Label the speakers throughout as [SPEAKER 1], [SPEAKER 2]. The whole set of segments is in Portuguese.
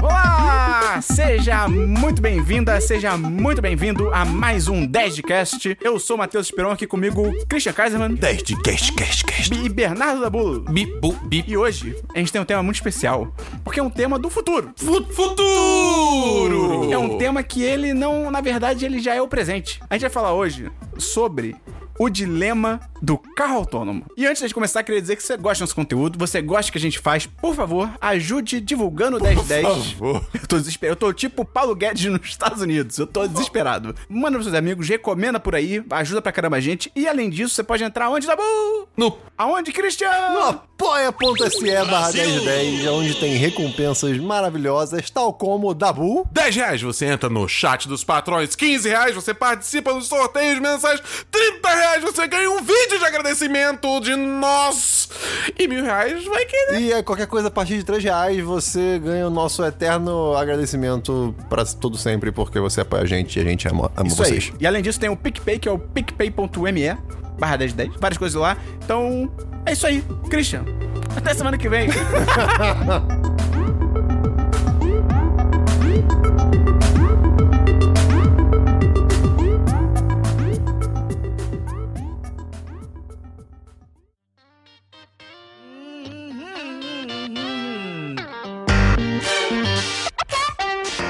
[SPEAKER 1] Olá! Seja muito bem-vinda, seja muito bem-vindo a mais um 10 de Cast. Eu sou o Matheus Esperon, aqui comigo Christian Kaiserman
[SPEAKER 2] 10 de cast, cast, cast.
[SPEAKER 1] e Bernardo Dabulo.
[SPEAKER 2] Bip, bu, bip.
[SPEAKER 1] E hoje a gente tem um tema muito especial, porque é um tema do futuro.
[SPEAKER 2] Fu- Futuro!
[SPEAKER 1] É um tema que ele não, na verdade, ele já é o presente. A gente vai falar hoje sobre o dilema do carro autônomo. E antes de começar, queria dizer que se você gosta do nosso conteúdo, você gosta do que a gente faz, por favor, ajude divulgando o 1010.
[SPEAKER 2] favor.
[SPEAKER 1] Eu tô desesperado. Eu tô tipo o Paulo Guedes nos Estados Unidos. Eu tô desesperado. Manda pros seus amigos, recomenda por aí, ajuda pra caramba a gente. E além disso, você pode entrar onde, Dabu?
[SPEAKER 2] No
[SPEAKER 1] Aonde, Christian?
[SPEAKER 3] apoia.se barra 1010, onde tem recompensas maravilhosas, tal como o Dabu.
[SPEAKER 2] 10 reais você entra no chat dos patrões, 15 reais você participa dos sorteios mensais, 30 reais você ganha um vídeo de agradecimento de nós, e mil reais vai querer.
[SPEAKER 3] E é, qualquer coisa a partir de 3 reais você ganha o nosso eterno agradecimento pra todo sempre, porque você apoia a gente e a gente ama, ama
[SPEAKER 1] Isso
[SPEAKER 3] vocês.
[SPEAKER 1] aí. E além disso, tem o PicPay, que é o picpay.me barra 1010, várias coisas lá. Então, é isso aí. Christian, até semana que vem.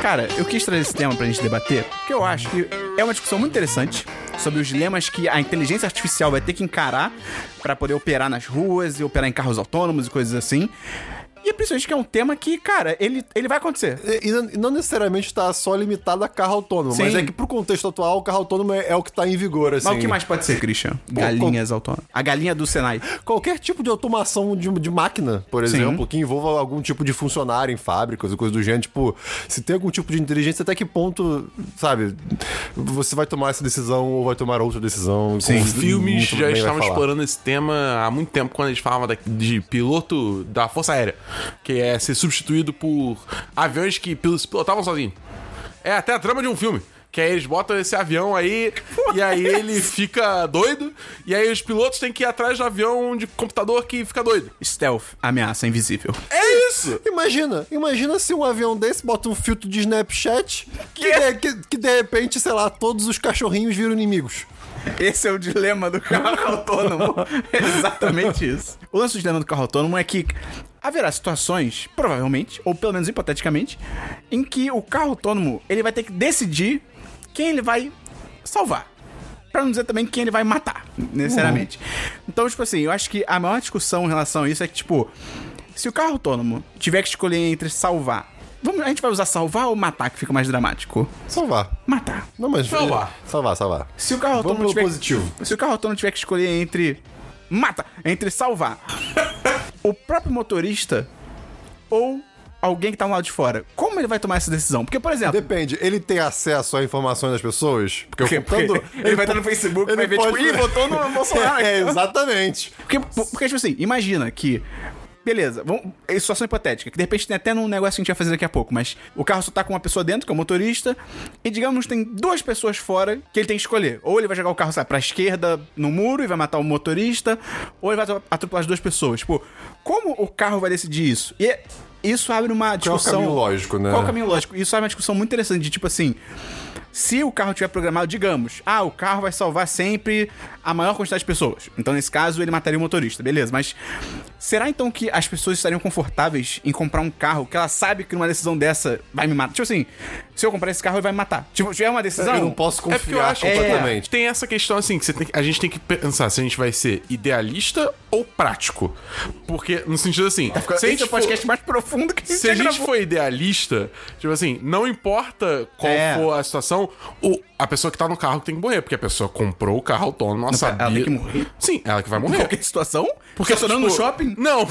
[SPEAKER 1] Cara, eu quis trazer esse tema pra gente debater, porque eu acho que é uma discussão muito interessante sobre os dilemas que a inteligência artificial vai ter que encarar pra poder operar nas ruas e operar em carros autônomos e coisas assim. E principalmente que é um tema que, cara, ele, ele vai acontecer.
[SPEAKER 3] E, e não- e não necessariamente tá só limitado a carro autônomo, mas
[SPEAKER 1] Sim.
[SPEAKER 3] é que pro contexto atual, o carro autônomo é, é o que tá em vigor, assim.
[SPEAKER 1] Mas o que mais pode ser, Christian? Galinhas autônomas. A galinha do Senai.
[SPEAKER 3] Qualquer tipo de automação de, de máquina, por exemplo, que envolva algum tipo de funcionário em fábricas ou coisa do gênero, tipo, se tem algum tipo de inteligência, até que ponto, sabe, você vai tomar essa decisão ou vai tomar outra decisão. Sim,
[SPEAKER 2] Os filmes já estavam explorando esse tema há muito tempo, quando eles falavam da- de piloto da Força Aérea, que é ser substituído por aviões que pil- se pilotavam sozinhos. É até a trama de um filme. Que aí eles botam esse avião aí, e aí ele fica doido, e aí os pilotos têm que ir atrás do avião de computador que fica doido.
[SPEAKER 1] Stealth, ameaça invisível.
[SPEAKER 2] É isso!
[SPEAKER 3] Imagina, imagina se um avião desse bota um filtro de Snapchat que, de, que- que de repente, sei lá, todos os cachorrinhos viram inimigos.
[SPEAKER 1] Esse é o dilema do carro autônomo. É Exatamente isso. O lance do dilema do carro autônomo é que haverá situações, provavelmente, ou pelo menos hipoteticamente, em que o carro autônomo ele vai ter que decidir quem ele vai salvar. Pra não dizer também quem ele vai matar, necessariamente. Então, tipo assim, eu acho que a maior discussão em relação a isso é que, tipo, se o carro autônomo tiver que escolher entre salvar. Vamos, a gente vai usar salvar ou matar, que fica mais dramático?
[SPEAKER 3] Salvar.
[SPEAKER 1] Matar.
[SPEAKER 3] Não, mas.
[SPEAKER 2] Salvar.
[SPEAKER 3] Salvar, salvar.
[SPEAKER 1] Se o carro autônomo
[SPEAKER 3] pelo
[SPEAKER 1] tiver
[SPEAKER 3] positivo.
[SPEAKER 1] Se o carro autônomo tiver que escolher entre mata, entre salvar o próprio motorista ou alguém que tá do lado de fora, como ele vai tomar essa decisão? Porque por exemplo,
[SPEAKER 3] Depende, ele tem acesso a informações das pessoas? Porque, eu
[SPEAKER 1] ele vai estar no Facebook, vai ver, tipo, "Ih, votou no Bolsonaro aqui."
[SPEAKER 3] é, exatamente.
[SPEAKER 1] porque, porque tipo assim, imagina que Beleza, vamos, é situação hipotética, que de repente tem até num negócio que a gente vai fazer daqui a pouco, mas o carro só tá com uma pessoa dentro, que é o motorista, e digamos tem duas pessoas fora que ele tem que escolher. Ou ele vai jogar o carro, sabe, pra esquerda no muro e vai matar o motorista, ou ele vai atropelar as duas pessoas. Tipo, como o carro vai decidir isso? E é- isso abre uma discussão.
[SPEAKER 3] é caminho lógico, né?
[SPEAKER 1] Qual é o caminho lógico? Isso abre uma discussão muito interessante de tipo assim. Se o carro tiver programado, digamos, ah, o carro vai salvar sempre a maior quantidade de pessoas. Então, nesse caso, ele mataria o motorista, beleza. Mas será então que as pessoas estariam confortáveis em comprar um carro que ela sabe que numa decisão dessa vai me matar? Tipo assim, se eu comprar esse carro, ele vai me matar. Tipo, tiver uma decisão.
[SPEAKER 3] eu não posso
[SPEAKER 2] É
[SPEAKER 3] confiar
[SPEAKER 2] porque eu acho que
[SPEAKER 3] completamente.
[SPEAKER 2] tem essa questão assim, que você tem que- a gente tem que pensar se a gente vai ser idealista ou prático. Porque, no sentido assim,
[SPEAKER 1] Esse
[SPEAKER 2] se a gente
[SPEAKER 1] é o
[SPEAKER 2] for-
[SPEAKER 1] podcast mais profundo que a gente
[SPEAKER 2] se a
[SPEAKER 1] já
[SPEAKER 2] gente
[SPEAKER 1] gravou.
[SPEAKER 2] for idealista, tipo assim, não importa qual
[SPEAKER 1] É.
[SPEAKER 2] for a situação, o, a pessoa que tá no carro tem que morrer, porque a pessoa comprou o carro autônomo, ela sabia...
[SPEAKER 1] ela tem que morrer?
[SPEAKER 2] Sim, ela que vai morrer.
[SPEAKER 1] Qualquer situação? Porque
[SPEAKER 2] tipo,
[SPEAKER 1] Estacionando no shopping?
[SPEAKER 2] Não.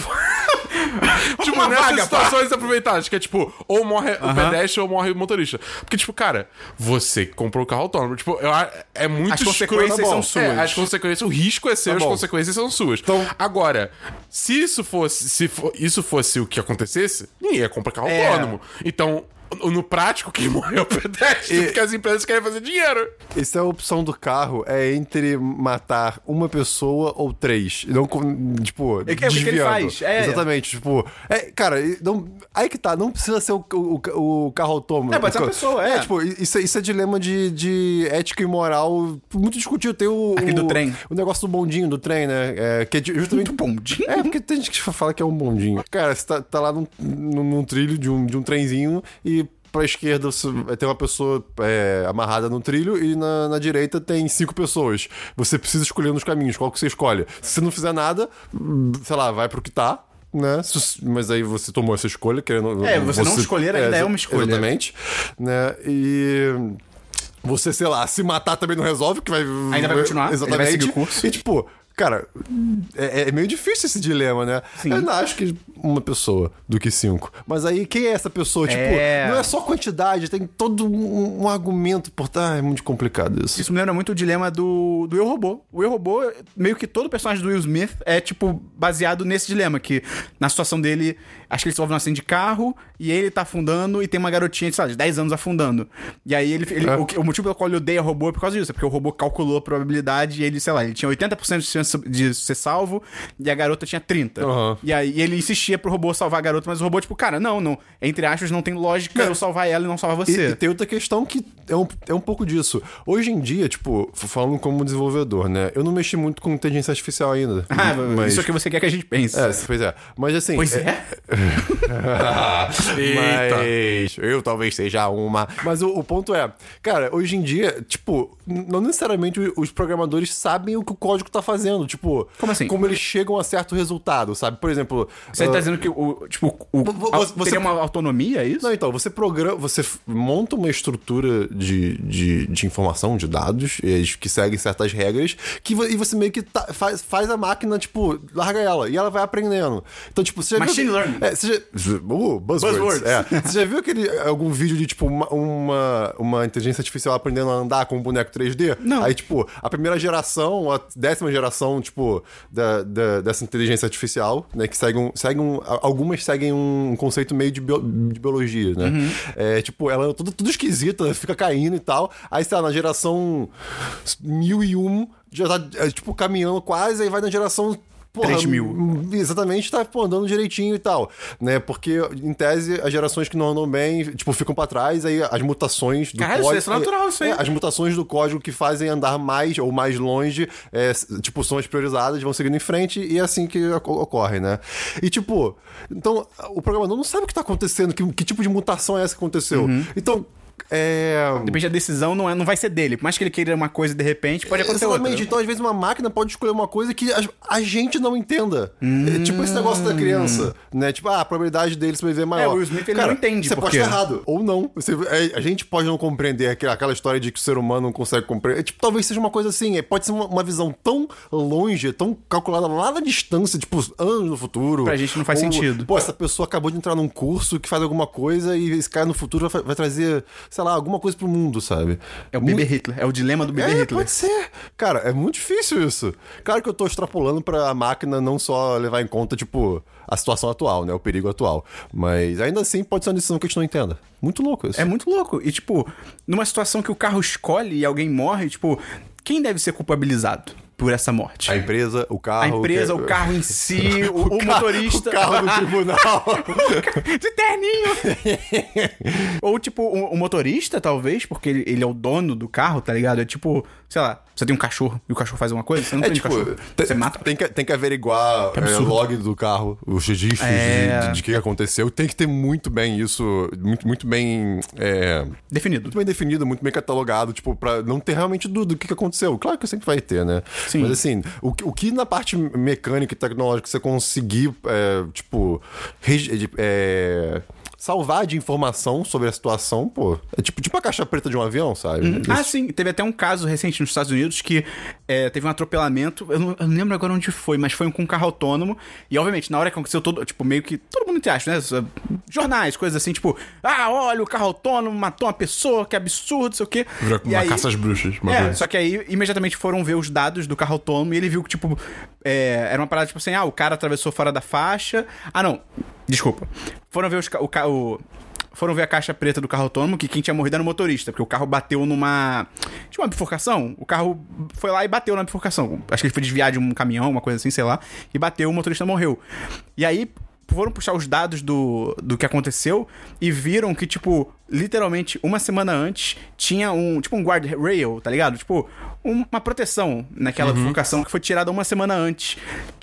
[SPEAKER 2] tipo,
[SPEAKER 1] Uma
[SPEAKER 2] nessas
[SPEAKER 1] vaga, pá.
[SPEAKER 2] situações aproveitadas, que é tipo, ou morre o pedestre ou morre o motorista. Porque, tipo, cara, você que comprou o carro autônomo, tipo, eu, a- é muito
[SPEAKER 1] As
[SPEAKER 2] escroto.
[SPEAKER 1] consequências
[SPEAKER 2] Tá bom.
[SPEAKER 1] são suas. Tá
[SPEAKER 2] É, as consequências, o risco é seu, as
[SPEAKER 3] bom.
[SPEAKER 2] consequências são suas.
[SPEAKER 3] Então-
[SPEAKER 2] agora, se isso fosse, se fo- isso fosse o que acontecesse, ninguém ia comprar carro
[SPEAKER 1] É.
[SPEAKER 2] autônomo. Então, No prático, quem morreu é o pedestre, porque as empresas querem fazer dinheiro.
[SPEAKER 3] Essa é a opção do carro, é entre matar uma pessoa ou três. Não, com- tipo,
[SPEAKER 1] É que é o que ele
[SPEAKER 3] desviando.
[SPEAKER 1] faz, é.
[SPEAKER 3] Exatamente, tipo... É, cara, não, aí que tá, não precisa ser o, o, o carro autônomo.
[SPEAKER 1] É, pode ser uma
[SPEAKER 3] O-
[SPEAKER 1] pessoa, é.
[SPEAKER 3] tipo, isso, é- isso é dilema de, de ética e moral muito discutível. Tem o...
[SPEAKER 1] Aquele
[SPEAKER 3] o,
[SPEAKER 1] do trem.
[SPEAKER 3] O negócio do bondinho, do trem, né? É, que é de- justamente...
[SPEAKER 1] Muito bondinho.
[SPEAKER 3] É, porque tem gente que fala que é um bondinho. Cara, você tá, tá lá num, num, num trilho de um, de um trenzinho e pra esquerda você vai ter uma pessoa é, amarrada no trilho e na, na direita tem cinco pessoas. Você precisa escolher nos caminhos, qual que você escolhe. Se você não fizer nada, hum, sei lá, vai pro que tá. Né? Se- Mas aí você tomou essa escolha, querendo.
[SPEAKER 1] É, você não escolher ainda é
[SPEAKER 3] exa-
[SPEAKER 1] uma escolha.
[SPEAKER 3] Exatamente. Né? E. Você, sei lá, se matar também não resolve, que vai.
[SPEAKER 1] Ainda vai continuar, ele vai
[SPEAKER 3] Exatamente.
[SPEAKER 1] seguir o curso.
[SPEAKER 3] E tipo, cara, é, é meio difícil esse dilema, né?
[SPEAKER 1] Sim.
[SPEAKER 3] Eu ainda acho que uma pessoa do que cinco. Mas aí, quem é essa pessoa?
[SPEAKER 1] É.
[SPEAKER 3] Tipo, não é só quantidade, tem todo um, um argumento por trás. É muito complicado isso.
[SPEAKER 1] Isso me lembra muito o dilema do, do Eu Robô. O Eu Robô, meio que todo personagem do Will Smith é, tipo, baseado nesse dilema, que na situação dele, acho que ele sofre um acidente de carro e ele tá afundando e tem uma garotinha de, sei lá, de 10 anos afundando. E aí ele. ele-
[SPEAKER 3] É.
[SPEAKER 1] o, que- o motivo pelo qual ele odeia o robô é por causa disso, é porque o robô calculou a probabilidade e ele, sei lá, ele tinha 80% de chance de ser salvo e a garota tinha 30%.
[SPEAKER 3] Aham.
[SPEAKER 1] E aí ele insistia pro robô salvar a garota, mas o robô, tipo, cara, não, não. Entre aspas, não tem lógica eu salvar ela e não salvar
[SPEAKER 3] E,
[SPEAKER 1] você.
[SPEAKER 3] e tem outra questão que é um, é um pouco disso. Hoje em dia, tipo, f- falando como desenvolvedor, né? Eu não mexi muito com inteligência artificial ainda.
[SPEAKER 1] Ah,
[SPEAKER 3] mas...
[SPEAKER 1] isso é o que você quer que a gente pense.
[SPEAKER 3] É, pois é. Mas assim.
[SPEAKER 1] Pois é.
[SPEAKER 3] Mas eu talvez seja uma. Mas o, o ponto é, cara, hoje em dia, tipo, n- não necessariamente o- os programadores sabem o que o código tá fazendo. Tipo,
[SPEAKER 1] Como assim?
[SPEAKER 3] Como eles chegam a certo resultado, sabe? Por exemplo.
[SPEAKER 1] Você
[SPEAKER 3] ah,
[SPEAKER 1] tá dizendo que o. Tipo, o.
[SPEAKER 3] vo-
[SPEAKER 1] au-
[SPEAKER 3] você-
[SPEAKER 1] teria uma autonomia, é isso?
[SPEAKER 3] Não, então, você programa. Você f- monta uma estrutura de, de, de informação, de dados, e eles que seguem certas regras, que, vo- e você meio que tá- faz, faz a máquina, tipo, larga ela, e ela vai aprendendo. Então, tipo, você já
[SPEAKER 1] Machine
[SPEAKER 3] viu,
[SPEAKER 1] learning.
[SPEAKER 3] É, você já, uh, buzzwords.
[SPEAKER 1] Buzzwords.
[SPEAKER 3] é. Você já viu aquele, algum vídeo de, tipo, uma, uma, uma inteligência artificial aprendendo a andar com um boneco 3D?
[SPEAKER 1] Não.
[SPEAKER 3] Aí, tipo, a primeira geração, a décima geração, tipo, da, da- dessa inteligência artificial, né? Que seguem, seguem algumas seguem um conceito meio de, bio- de biologia, né?
[SPEAKER 1] Uhum.
[SPEAKER 3] É, tipo, ela é tudo, tudo esquisita, fica caindo e tal. Aí, sei lá, na geração mil e um, já tá, é, tipo, caminhando quase, aí vai na geração... Porra,
[SPEAKER 1] 3000.
[SPEAKER 3] Exatamente, tá pô, andando direitinho e tal, né? Porque, em tese, as gerações que não andam bem, tipo, ficam pra trás, aí as mutações do
[SPEAKER 1] Caralho,
[SPEAKER 3] código...
[SPEAKER 1] isso é natural, isso aí.
[SPEAKER 3] É, as mutações do código que fazem andar mais ou mais longe, é, s- tipo, são as priorizadas, vão seguindo em frente e é assim que o- ocorre, né? E, tipo, então, o programador não sabe o que tá acontecendo, que, que tipo de mutação é essa que aconteceu. Então, é...
[SPEAKER 1] Depende da decisão, não, é, não vai ser dele. Por mais que ele queira uma coisa de repente, pode acontecer outra. né?
[SPEAKER 3] Exatamente, então às vezes uma máquina pode escolher uma coisa que a, a gente não entenda. É tipo esse negócio da criança, né? Tipo, ah, a probabilidade dele sobreviver é maior.
[SPEAKER 1] Hum. É, o Will Smith, ele
[SPEAKER 3] Cara,
[SPEAKER 1] não entende
[SPEAKER 3] Você
[SPEAKER 1] por
[SPEAKER 3] pode
[SPEAKER 1] quê.
[SPEAKER 3] estar errado, ou não. Você- é, a gente pode não compreender aquela, aquela história de que o ser humano não consegue compreender. É, tipo, talvez seja uma coisa assim, é, pode ser uma, uma visão tão longe, tão calculada lá na distância, tipo, anos no futuro.
[SPEAKER 1] Pra gente não faz
[SPEAKER 3] Ou,
[SPEAKER 1] sentido.
[SPEAKER 3] Pô, essa pessoa acabou de entrar num curso que faz alguma coisa e esse cara no futuro vai, vai trazer, sei lá, alguma coisa pro mundo, sabe?
[SPEAKER 1] É o bebê Hitler. É o dilema do bebê
[SPEAKER 3] É,
[SPEAKER 1] Hitler.
[SPEAKER 3] pode ser. Cara, é muito difícil isso. Claro que eu tô extrapolando pra máquina não só levar em conta, tipo, a situação atual, né? O perigo atual. Mas ainda assim pode ser uma decisão que a gente não entenda. Muito louco isso.
[SPEAKER 1] É muito louco. E, tipo, numa situação que o carro escolhe e alguém morre, tipo, quem deve ser culpabilizado por essa morte?
[SPEAKER 3] A empresa, o carro...
[SPEAKER 1] A empresa,
[SPEAKER 3] que-
[SPEAKER 1] o carro em si, o, o
[SPEAKER 3] ca-
[SPEAKER 1] motorista.
[SPEAKER 3] O carro do tribunal.
[SPEAKER 1] De terninho! Ou, tipo, o, o motorista, talvez, porque ele, ele é o dono do carro, tá ligado? É tipo, sei lá, você tem um cachorro e o cachorro faz uma coisa, você não
[SPEAKER 3] É
[SPEAKER 1] prende
[SPEAKER 3] tipo,
[SPEAKER 1] o cachorro.
[SPEAKER 3] tem,
[SPEAKER 1] Você mata.
[SPEAKER 3] tem que, tem que averiguar é, o log do carro, os registros
[SPEAKER 1] É.
[SPEAKER 3] de, de, de que aconteceu. Tem que ter muito bem isso, muito, muito bem é,
[SPEAKER 1] Definido.
[SPEAKER 3] muito bem definido, muito bem catalogado, tipo, pra não ter realmente dúvida do que, que aconteceu. Claro que sempre vai ter, né?
[SPEAKER 1] Sim.
[SPEAKER 3] Mas assim, o, que- o que na parte mecânica e tecnológica você conseguir, é, tipo, regi- é, salvar de informação sobre a situação, pô, é tipo, tipo a caixa preta de um avião, sabe?
[SPEAKER 2] Uhum.
[SPEAKER 1] Ah, sim. Teve até um caso recente nos Estados Unidos que é, teve um atropelamento. Eu não, eu não lembro agora onde foi, mas foi com um carro autônomo. E, obviamente, na hora que aconteceu todo. Tipo, meio que. Todo mundo te acha, né? Essa- Jornais, coisas assim, tipo. Ah, olha, o carro autônomo matou uma pessoa, que absurdo, sei o quê.
[SPEAKER 2] Virou
[SPEAKER 1] E
[SPEAKER 2] uma
[SPEAKER 1] aí-
[SPEAKER 2] caça às bruxas. Uma
[SPEAKER 1] é,
[SPEAKER 2] coisa.
[SPEAKER 1] só que aí imediatamente foram ver os dados do carro autônomo e ele viu que, tipo, é, era uma parada tipo assim: ah, o cara atravessou fora da faixa. Ah, não, desculpa. Foram ver os, ca- o, ca- o. foram ver a caixa preta do carro autônomo, que quem tinha morrido era o motorista, porque o carro bateu numa. Tinha uma bifurcação? O carro foi lá e bateu na bifurcação. Acho que ele foi desviar de um caminhão, uma coisa assim, sei lá. E bateu, o motorista morreu. E aí, foram puxar os dados do, do que aconteceu e viram que, tipo, literalmente uma semana antes tinha um, tipo, um guardrail, tá ligado? Tipo, um- uma proteção naquela
[SPEAKER 2] Uhum.
[SPEAKER 1] bifurcação que foi tirada uma semana antes.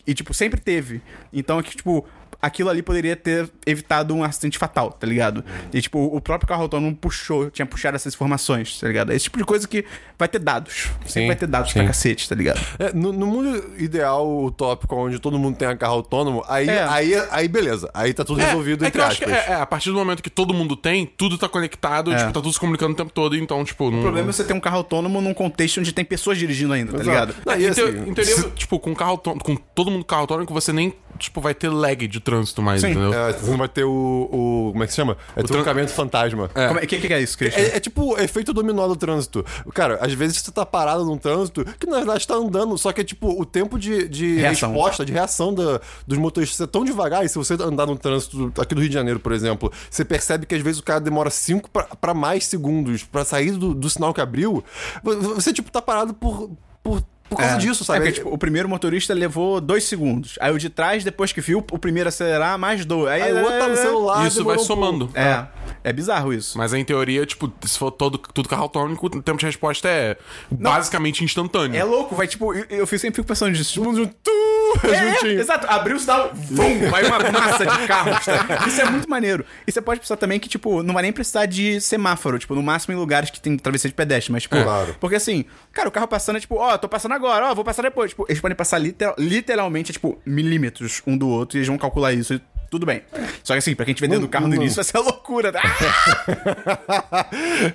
[SPEAKER 1] E, tipo, sempre teve. Então, é que, tipo, aquilo ali poderia ter evitado um acidente fatal, tá ligado? E, tipo, o próprio carro autônomo puxou, tinha puxado essas informações, tá ligado? É Esse tipo de coisa que vai ter dados.
[SPEAKER 2] Sim,
[SPEAKER 1] Sempre vai ter dados pra
[SPEAKER 2] sim.
[SPEAKER 1] cacete, tá ligado?
[SPEAKER 3] É, no, no mundo ideal, utópico, onde todo mundo tem um carro autônomo, aí,
[SPEAKER 1] É.
[SPEAKER 3] aí, aí beleza. Aí tá tudo resolvido,
[SPEAKER 2] é que
[SPEAKER 3] entre
[SPEAKER 2] eu acho
[SPEAKER 3] aspas. É.
[SPEAKER 2] que é- é, a partir do momento que todo mundo tem, tudo tá conectado, tipo, tá tudo se comunicando o tempo todo, então, tipo, não.
[SPEAKER 1] O problema é você ter um carro autônomo num contexto onde tem pessoas dirigindo ainda, tá ligado?
[SPEAKER 3] Não, e
[SPEAKER 2] É, Em teo-
[SPEAKER 3] assim,
[SPEAKER 2] em teoria, tipo, com carro autônomo- com todo mundo carro autônomo, você nem, tipo, vai ter lag de trânsito mais,
[SPEAKER 1] Sim.
[SPEAKER 2] entendeu?
[SPEAKER 3] É, você não vai ter o, o- Como é que se chama? É o truncamento fantasma. É.
[SPEAKER 1] O que, que é isso, Christian?
[SPEAKER 3] É, tipo o efeito dominó do trânsito. Cara, às vezes você tá parado num trânsito que na verdade tá andando, só que é tipo o tempo de, de
[SPEAKER 1] Reação.
[SPEAKER 3] resposta, de reação da- dos motoristas é tão devagar. E se você andar num trânsito aqui do Rio de Janeiro, por exemplo, você percebe que às vezes o cara demora 5 para mais segundos pra sair do, do sinal que abriu. Vo- vo- Você, tipo, tá parado por, por, por causa disso, sabe?
[SPEAKER 1] É porque, tipo, o primeiro motorista levou dois segundos. Aí o de trás, depois que viu, o primeiro acelerar, mais dois. Aí,
[SPEAKER 3] Aí o outro tá
[SPEAKER 1] tipo,
[SPEAKER 3] no celular.
[SPEAKER 2] Isso vai
[SPEAKER 3] demorou um pouco.
[SPEAKER 2] somando.
[SPEAKER 1] É, é bizarro isso.
[SPEAKER 2] Mas em teoria, tipo, se for todo, tudo carro autônomo, o tempo de resposta é basicamente instantâneo.
[SPEAKER 1] É louco, vai tipo, eu, eu fico- sempre fico pensando nisso. Tipo,
[SPEAKER 3] Junto, tu,
[SPEAKER 1] é, é,
[SPEAKER 3] um juntinho.
[SPEAKER 1] exato, abriu o sinal, vum, vai uma massa de carros. tá? Isso é muito maneiro. E você pode pensar também que, tipo, não vai nem precisar de semáforo, tipo, no máximo em lugares que tem travessia de pedestre, mas, tipo,
[SPEAKER 3] Claro.
[SPEAKER 1] porque assim, cara, o carro passando é tipo, ó, tô passando agora, ó, vou passar depois. Tipo, eles podem passar literal- literalmente, tipo, milímetros um do outro e eles vão calcular isso e tudo bem. Só que assim, pra quem estiver dentro do carro no
[SPEAKER 3] não.
[SPEAKER 1] início, vai ser uma loucura. tá?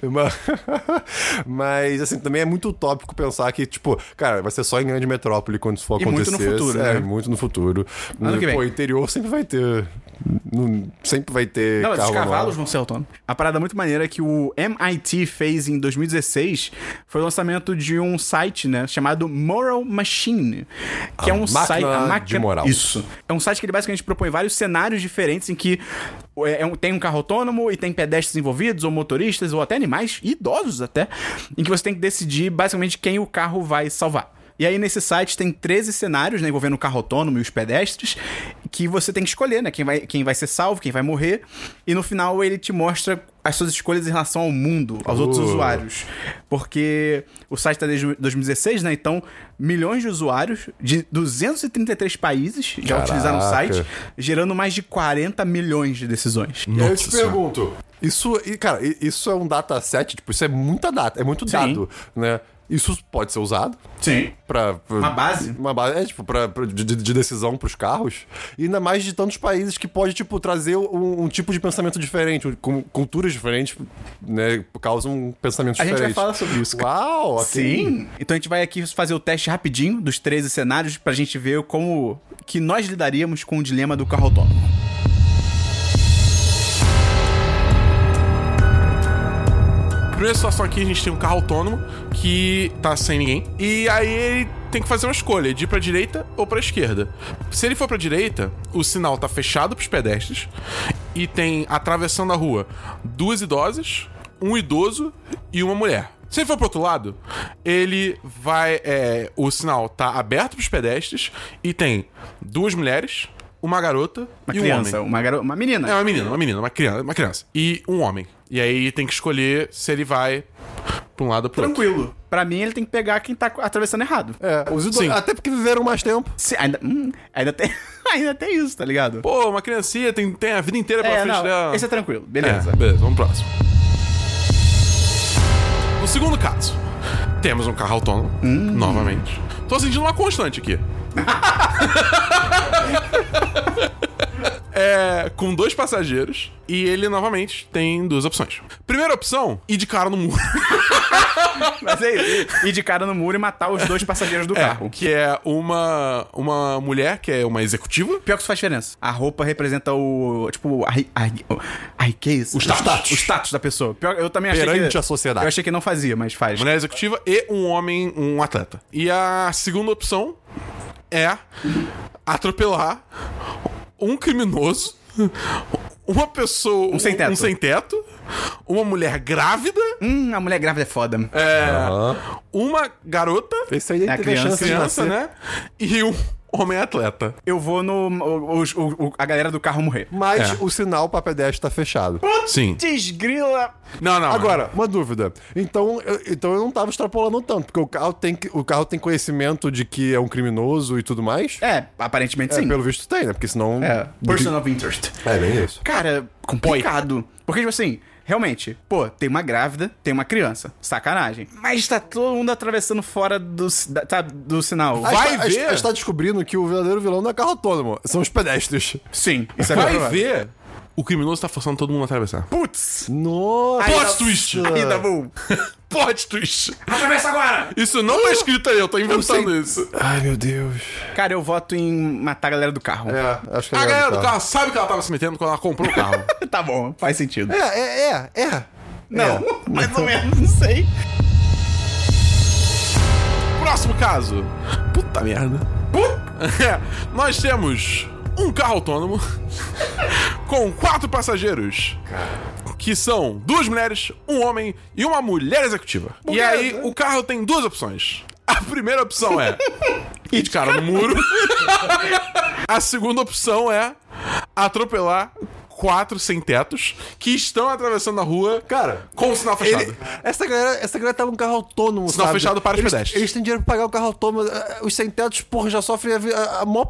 [SPEAKER 3] Ma- Mas, assim, também é muito utópico pensar que, tipo, cara, vai ser só em grande metrópole quando isso for
[SPEAKER 1] E muito
[SPEAKER 3] acontecer.
[SPEAKER 1] no futuro,
[SPEAKER 3] é,
[SPEAKER 1] né?
[SPEAKER 3] muito no futuro.
[SPEAKER 1] Ano que vem.
[SPEAKER 3] Pô, interior sempre vai ter. não- sempre vai ter.
[SPEAKER 1] Não, mas os
[SPEAKER 3] carro
[SPEAKER 1] cavalos
[SPEAKER 3] manual.
[SPEAKER 1] vão ser autônomos. A parada muito maneira é que o MIT fez em 2016 foi o lançamento de um site, né, chamado Moral Machine, que
[SPEAKER 3] A
[SPEAKER 1] é um
[SPEAKER 3] Ah, máquina
[SPEAKER 1] site a
[SPEAKER 3] de
[SPEAKER 1] máquina-
[SPEAKER 3] moral.
[SPEAKER 1] Isso. É um site que ele basicamente propõe vários cenários diferentes em que é, é um- tem um carro autônomo e tem pedestres envolvidos ou motoristas ou até animais e idosos até, em que você tem que decidir basicamente quem o carro vai salvar. E aí, nesse site, tem 13 cenários, né, envolvendo o carro autônomo e os pedestres, que você tem que escolher, né, quem vai, quem vai ser salvo, quem vai morrer, e no final ele te mostra as suas escolhas em relação ao mundo, aos outros
[SPEAKER 3] Uh.
[SPEAKER 1] usuários. Porque o site tá desde 2016, né, então milhões de usuários de 233 países já
[SPEAKER 3] Caraca.
[SPEAKER 1] utilizaram o site, gerando mais de 40 milhões de decisões.
[SPEAKER 3] E aí eu te
[SPEAKER 2] Nossa Senhora.
[SPEAKER 3] pergunto. Isso, e, cara, e- isso é um dataset, tipo, isso é muita data, é muito
[SPEAKER 1] Sim.
[SPEAKER 3] dado, né? Isso pode ser usado
[SPEAKER 1] Sim.
[SPEAKER 3] pra. pra-
[SPEAKER 1] Uma base?
[SPEAKER 3] Uma base, é, tipo, pra, pra- de, de decisão pros carros. E ainda mais de tantos países que pode, tipo, trazer um, um tipo de pensamento diferente, um- com culturas diferentes, né? Causam pensamentos
[SPEAKER 1] A gente
[SPEAKER 3] diferentes.
[SPEAKER 1] vai falar sobre isso, cara.
[SPEAKER 3] Uau, ok.
[SPEAKER 1] Sim. Então a gente vai aqui fazer o teste rapidinho dos 13 cenários pra gente ver como que nós lidaríamos com o dilema do carro autônomo.
[SPEAKER 2] Primeira situação aqui, a gente tem um carro autônomo que tá sem ninguém. E aí ele tem que fazer uma escolha, de ir pra direita ou pra esquerda. Se ele for pra direita, o sinal tá fechado pros pedestres. E tem, atravessando a rua, duas idosas, um idoso e uma mulher. Se ele for pro outro lado, ele vai... é, o sinal tá aberto pros pedestres e tem duas mulheres, uma garota
[SPEAKER 1] Uma
[SPEAKER 2] e um homem.
[SPEAKER 1] criança, uma, garo... uma menina.
[SPEAKER 2] É uma menina, uma menina, uma criança, uma criança. E um homem. E aí tem que escolher se ele vai pra um lado ou pro outro.
[SPEAKER 1] Tranquilo. Pra mim, ele tem que pegar quem tá atravessando errado.
[SPEAKER 3] É, os idosos,
[SPEAKER 2] Sim.
[SPEAKER 3] até porque viveram mais tempo.
[SPEAKER 1] Se- ainda, hum, ainda, tem, ainda tem isso, tá ligado?
[SPEAKER 2] Pô, né? uma criancinha tem, tem a vida inteira pra
[SPEAKER 1] é,
[SPEAKER 2] frente
[SPEAKER 1] não,
[SPEAKER 2] dela.
[SPEAKER 1] esse é tranquilo.
[SPEAKER 2] Beleza,
[SPEAKER 1] Beleza.
[SPEAKER 2] beleza, vamos pro próximo. No segundo caso, temos um carro autônomo, novamente. Tô sentindo uma constante aqui. é, com dois passageiros e ele novamente tem duas opções. Primeira opção, ir de cara no muro.
[SPEAKER 1] Mas é isso. Ir de cara no muro e matar os dois passageiros do
[SPEAKER 2] É,
[SPEAKER 1] carro.
[SPEAKER 2] que é uma, uma mulher que é uma executiva.
[SPEAKER 1] Pior que isso faz diferença. A roupa representa o. Tipo, a, ri- a, ri- a riqueza.
[SPEAKER 2] O status.
[SPEAKER 1] O status da pessoa. Pior, eu também achei
[SPEAKER 3] Perante
[SPEAKER 1] que.
[SPEAKER 3] a sociedade.
[SPEAKER 1] Eu achei que não fazia, mas faz.
[SPEAKER 2] Mulher executiva e um homem, um atleta. E a segunda opção é atropelar um criminoso, uma pessoa. Um
[SPEAKER 1] sem teto.
[SPEAKER 2] Um sem teto. Uma mulher grávida.
[SPEAKER 1] Hum, a mulher grávida é foda.
[SPEAKER 2] é, Uma garota.
[SPEAKER 3] Esse aí
[SPEAKER 1] É a
[SPEAKER 3] teve a
[SPEAKER 1] criança.
[SPEAKER 3] chance de
[SPEAKER 2] Criança,
[SPEAKER 3] nascer.
[SPEAKER 2] né? E um homem atleta.
[SPEAKER 1] Eu vou no. o- os- o- o- a galera do carro morrer.
[SPEAKER 3] Mas
[SPEAKER 2] É.
[SPEAKER 3] o sinal pra pedestre tá fechado.
[SPEAKER 2] Sim.
[SPEAKER 1] Desgrila.
[SPEAKER 2] Não, não.
[SPEAKER 3] Agora, uma dúvida. Então eu, então eu não tava extrapolando tanto, porque o carro tem, que- o carro tem conhecimento de que é um criminoso e tudo mais?
[SPEAKER 1] É, aparentemente
[SPEAKER 3] É,
[SPEAKER 1] sim.
[SPEAKER 3] pelo visto tem, né? Porque senão.
[SPEAKER 1] É, person of interest.
[SPEAKER 3] É, bem isso.
[SPEAKER 1] Cara, complicado. Porque, tipo assim, realmente, pô, tem uma grávida, tem uma criança. Sacanagem. Mas tá todo mundo atravessando fora do, si- da- tá, do sinal.
[SPEAKER 3] A
[SPEAKER 2] Vai
[SPEAKER 3] gente tá- a gente-
[SPEAKER 2] ver.
[SPEAKER 3] A gente tá descobrindo que o verdadeiro vilão não é carro autônomo, são os pedestres.
[SPEAKER 1] Sim, isso é
[SPEAKER 2] Vai
[SPEAKER 1] provável.
[SPEAKER 2] ver. O criminoso tá forçando todo mundo a atravessar.
[SPEAKER 1] Putz!
[SPEAKER 3] Nossa!
[SPEAKER 2] Plot twist!
[SPEAKER 1] Aí, Dabu!
[SPEAKER 2] Plot twist!
[SPEAKER 1] Atravessa agora!
[SPEAKER 2] Isso não tá escrito aí, eu tô inventando
[SPEAKER 3] sei.
[SPEAKER 2] isso.
[SPEAKER 3] Ai, meu Deus.
[SPEAKER 1] Cara, eu voto em matar a galera do carro.
[SPEAKER 3] É, acho que é
[SPEAKER 2] A
[SPEAKER 3] melhor
[SPEAKER 2] galera do
[SPEAKER 3] evitar.
[SPEAKER 2] carro sabe que ela tava se metendo quando ela comprou o carro.
[SPEAKER 1] Tá bom, faz sentido.
[SPEAKER 3] É, é, é, é.
[SPEAKER 1] Não, mais ou menos, não sei.
[SPEAKER 2] Próximo caso. Puta merda. Nós temos um carro autônomo com quatro passageiros. Que são duas mulheres, um homem e uma mulher executiva. E aí, o carro tem duas opções. A primeira opção é ir de cara no muro. A segunda opção é atropelar quatro sem-tetos que estão atravessando a rua
[SPEAKER 3] Cara,
[SPEAKER 2] com o sinal fechado.
[SPEAKER 3] Ele- essa, galera, essa galera tá num carro autônomo,
[SPEAKER 2] Sinal
[SPEAKER 3] sabe?
[SPEAKER 2] fechado para os
[SPEAKER 3] eles,
[SPEAKER 2] pedestres.
[SPEAKER 3] Eles têm dinheiro pra pagar o carro autônomo. Ah, Os sem-tetos, porra, já sofrem a, vi- a, a mó...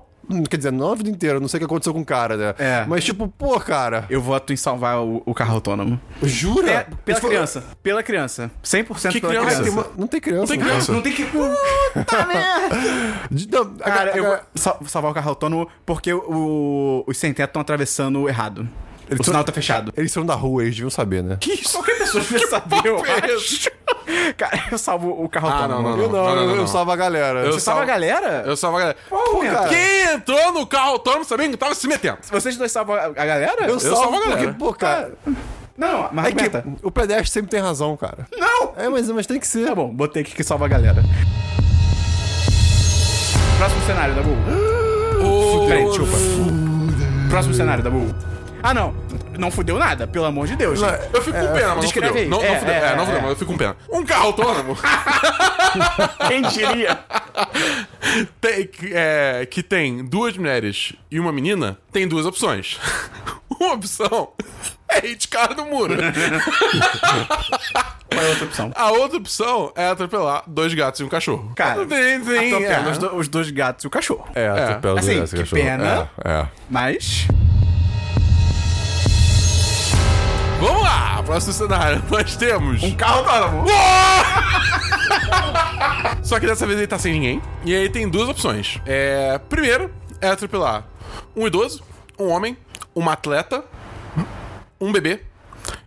[SPEAKER 3] Quer dizer, não a vida inteira. Não sei o que aconteceu com o cara, né?
[SPEAKER 1] É.
[SPEAKER 3] Mas tipo, pô, cara.
[SPEAKER 1] Eu voto em salvar o, o carro autônomo.
[SPEAKER 3] Jura?
[SPEAKER 1] É, pela
[SPEAKER 3] Eles foram-
[SPEAKER 1] criança. Pela criança. 100%
[SPEAKER 2] Que
[SPEAKER 1] pela
[SPEAKER 2] criança?
[SPEAKER 1] criança.
[SPEAKER 3] Tem uma- não tem criança.
[SPEAKER 2] tem
[SPEAKER 3] no
[SPEAKER 2] criança.
[SPEAKER 1] Não tem que. Puta merda!
[SPEAKER 3] carro. De- não, a-
[SPEAKER 1] Cara,
[SPEAKER 3] a-
[SPEAKER 1] eu
[SPEAKER 3] a-
[SPEAKER 1] vou sal- salvar o carro autônomo porque o- os sem teto estão atravessando errado. o sinal tá fechado.
[SPEAKER 3] Eles são da rua, eles deviam saber, né?
[SPEAKER 2] Que isso?
[SPEAKER 1] Qualquer pessoa devia saber, eu
[SPEAKER 2] é
[SPEAKER 1] acho. Cara, eu salvo o carro
[SPEAKER 2] Ah,
[SPEAKER 1] autônomo.
[SPEAKER 2] não, não,
[SPEAKER 3] eu não,
[SPEAKER 2] não,
[SPEAKER 3] eu,
[SPEAKER 2] não,
[SPEAKER 3] eu
[SPEAKER 2] não.
[SPEAKER 3] salvo a galera.
[SPEAKER 2] Eu
[SPEAKER 1] Você salva a
[SPEAKER 2] salvo-
[SPEAKER 1] galera?
[SPEAKER 2] Eu salvo a galera.
[SPEAKER 1] Pô, cara.
[SPEAKER 2] Quem entrou no carro autônomo sabia que tava se metendo.
[SPEAKER 1] Vocês dois salvam a a galera?
[SPEAKER 3] Eu
[SPEAKER 2] salvo
[SPEAKER 3] salvo
[SPEAKER 2] a galera.
[SPEAKER 3] porque, pô, cara.
[SPEAKER 1] Não, mas
[SPEAKER 3] É que
[SPEAKER 1] argumenta.
[SPEAKER 3] o pedestre sempre tem razão, cara.
[SPEAKER 1] Não!
[SPEAKER 3] É, mas, mas tem que ser.
[SPEAKER 1] Tá bom, botei aqui que salva a galera. Próximo cenário, Dabu. Peraí, desculpa. Próximo cenário, Dabu. Ah, não. Não fudeu nada, pelo amor de Deus. gente.
[SPEAKER 2] Eu fico com pena, mas não
[SPEAKER 1] Descreve
[SPEAKER 2] fudeu.
[SPEAKER 1] aí.
[SPEAKER 2] Não, não
[SPEAKER 1] É,
[SPEAKER 2] fudeu.
[SPEAKER 1] é,
[SPEAKER 2] É, não
[SPEAKER 1] é,
[SPEAKER 2] fudeu,
[SPEAKER 1] é.
[SPEAKER 2] mas eu fico com pena. Um carro autônomo
[SPEAKER 1] Quem diria?
[SPEAKER 2] tem- que- é, que tem duas mulheres e uma menina tem duas opções. Uma opção é ir de cara no muro.
[SPEAKER 1] Qual é a outra opção?
[SPEAKER 2] A outra opção é atropelar dois gatos e um cachorro.
[SPEAKER 1] Cara,
[SPEAKER 2] tem, tem.
[SPEAKER 1] atropela
[SPEAKER 2] é.
[SPEAKER 1] os, do- os dois gatos e o cachorro.
[SPEAKER 3] É, atropela
[SPEAKER 1] Assim,
[SPEAKER 3] direto,
[SPEAKER 1] que
[SPEAKER 3] cachorro.
[SPEAKER 1] pena.
[SPEAKER 3] É, é.
[SPEAKER 1] Mas.
[SPEAKER 2] Vamos lá, próximo cenário. Nós temos.
[SPEAKER 1] Um carro autônomo.
[SPEAKER 2] Só que dessa vez ele tá sem ninguém. E aí tem duas opções. É, primeiro é atropelar um idoso, um homem, uma atleta, um bebê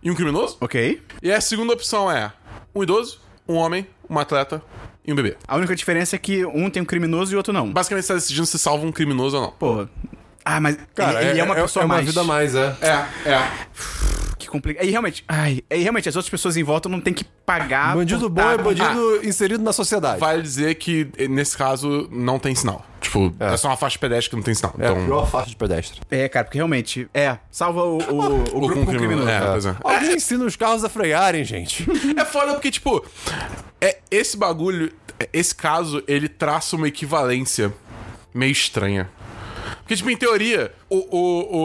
[SPEAKER 2] e um criminoso.
[SPEAKER 1] Ok.
[SPEAKER 2] E a segunda opção é um idoso, um homem, uma atleta e um bebê.
[SPEAKER 1] A única diferença é que um tem um criminoso e o outro não.
[SPEAKER 2] Basicamente você tá decidindo se salva um criminoso ou não.
[SPEAKER 1] Pô. Ah, mas. ele, ele é uma pessoa
[SPEAKER 3] é uma
[SPEAKER 1] mais.
[SPEAKER 3] vida a mais, é.
[SPEAKER 2] É, é.
[SPEAKER 1] Que complica. E realmente. Ai, e realmente, as outras pessoas em volta não tem que pagar.
[SPEAKER 3] Bandido
[SPEAKER 1] por-
[SPEAKER 3] bom é
[SPEAKER 1] ah,
[SPEAKER 3] bandido inserido na sociedade.
[SPEAKER 2] Vale dizer que nesse caso não tem sinal. Tipo, é, só uma faixa pedestre que não tem sinal.
[SPEAKER 3] É a
[SPEAKER 2] então.
[SPEAKER 3] pior faixa de pedestre.
[SPEAKER 1] É, cara, porque realmente. É, salva o, o, o
[SPEAKER 2] ou
[SPEAKER 1] grupo com
[SPEAKER 3] um
[SPEAKER 1] criminoso.
[SPEAKER 2] É, pois é.
[SPEAKER 3] Alguém ensina os carros a frearem, gente.
[SPEAKER 2] É foda porque, tipo, é, esse bagulho, é, esse caso, ele traça uma equivalência meio estranha. Porque, tipo, em teoria, o, o,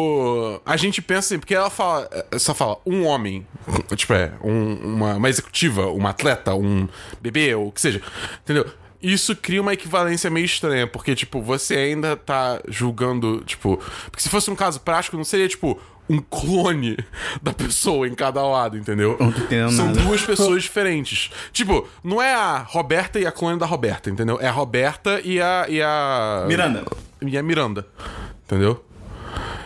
[SPEAKER 2] o- a gente pensa assim, porque ela fala, é, só fala um homem, tipo, é, um- uma, uma executiva, uma atleta, um bebê, ou o que seja, entendeu? Isso cria uma equivalência meio estranha, porque, tipo, você ainda tá julgando, tipo. Porque se fosse um caso prático, não seria, tipo, um clone da pessoa em cada lado, entendeu?
[SPEAKER 1] Não tô entendendo
[SPEAKER 2] São
[SPEAKER 1] nada.
[SPEAKER 2] duas pessoas diferentes. Tipo, não é a Roberta e a clone da Roberta, entendeu? É a Roberta e a. E a...
[SPEAKER 1] Miranda.
[SPEAKER 2] E a Miranda. Entendeu?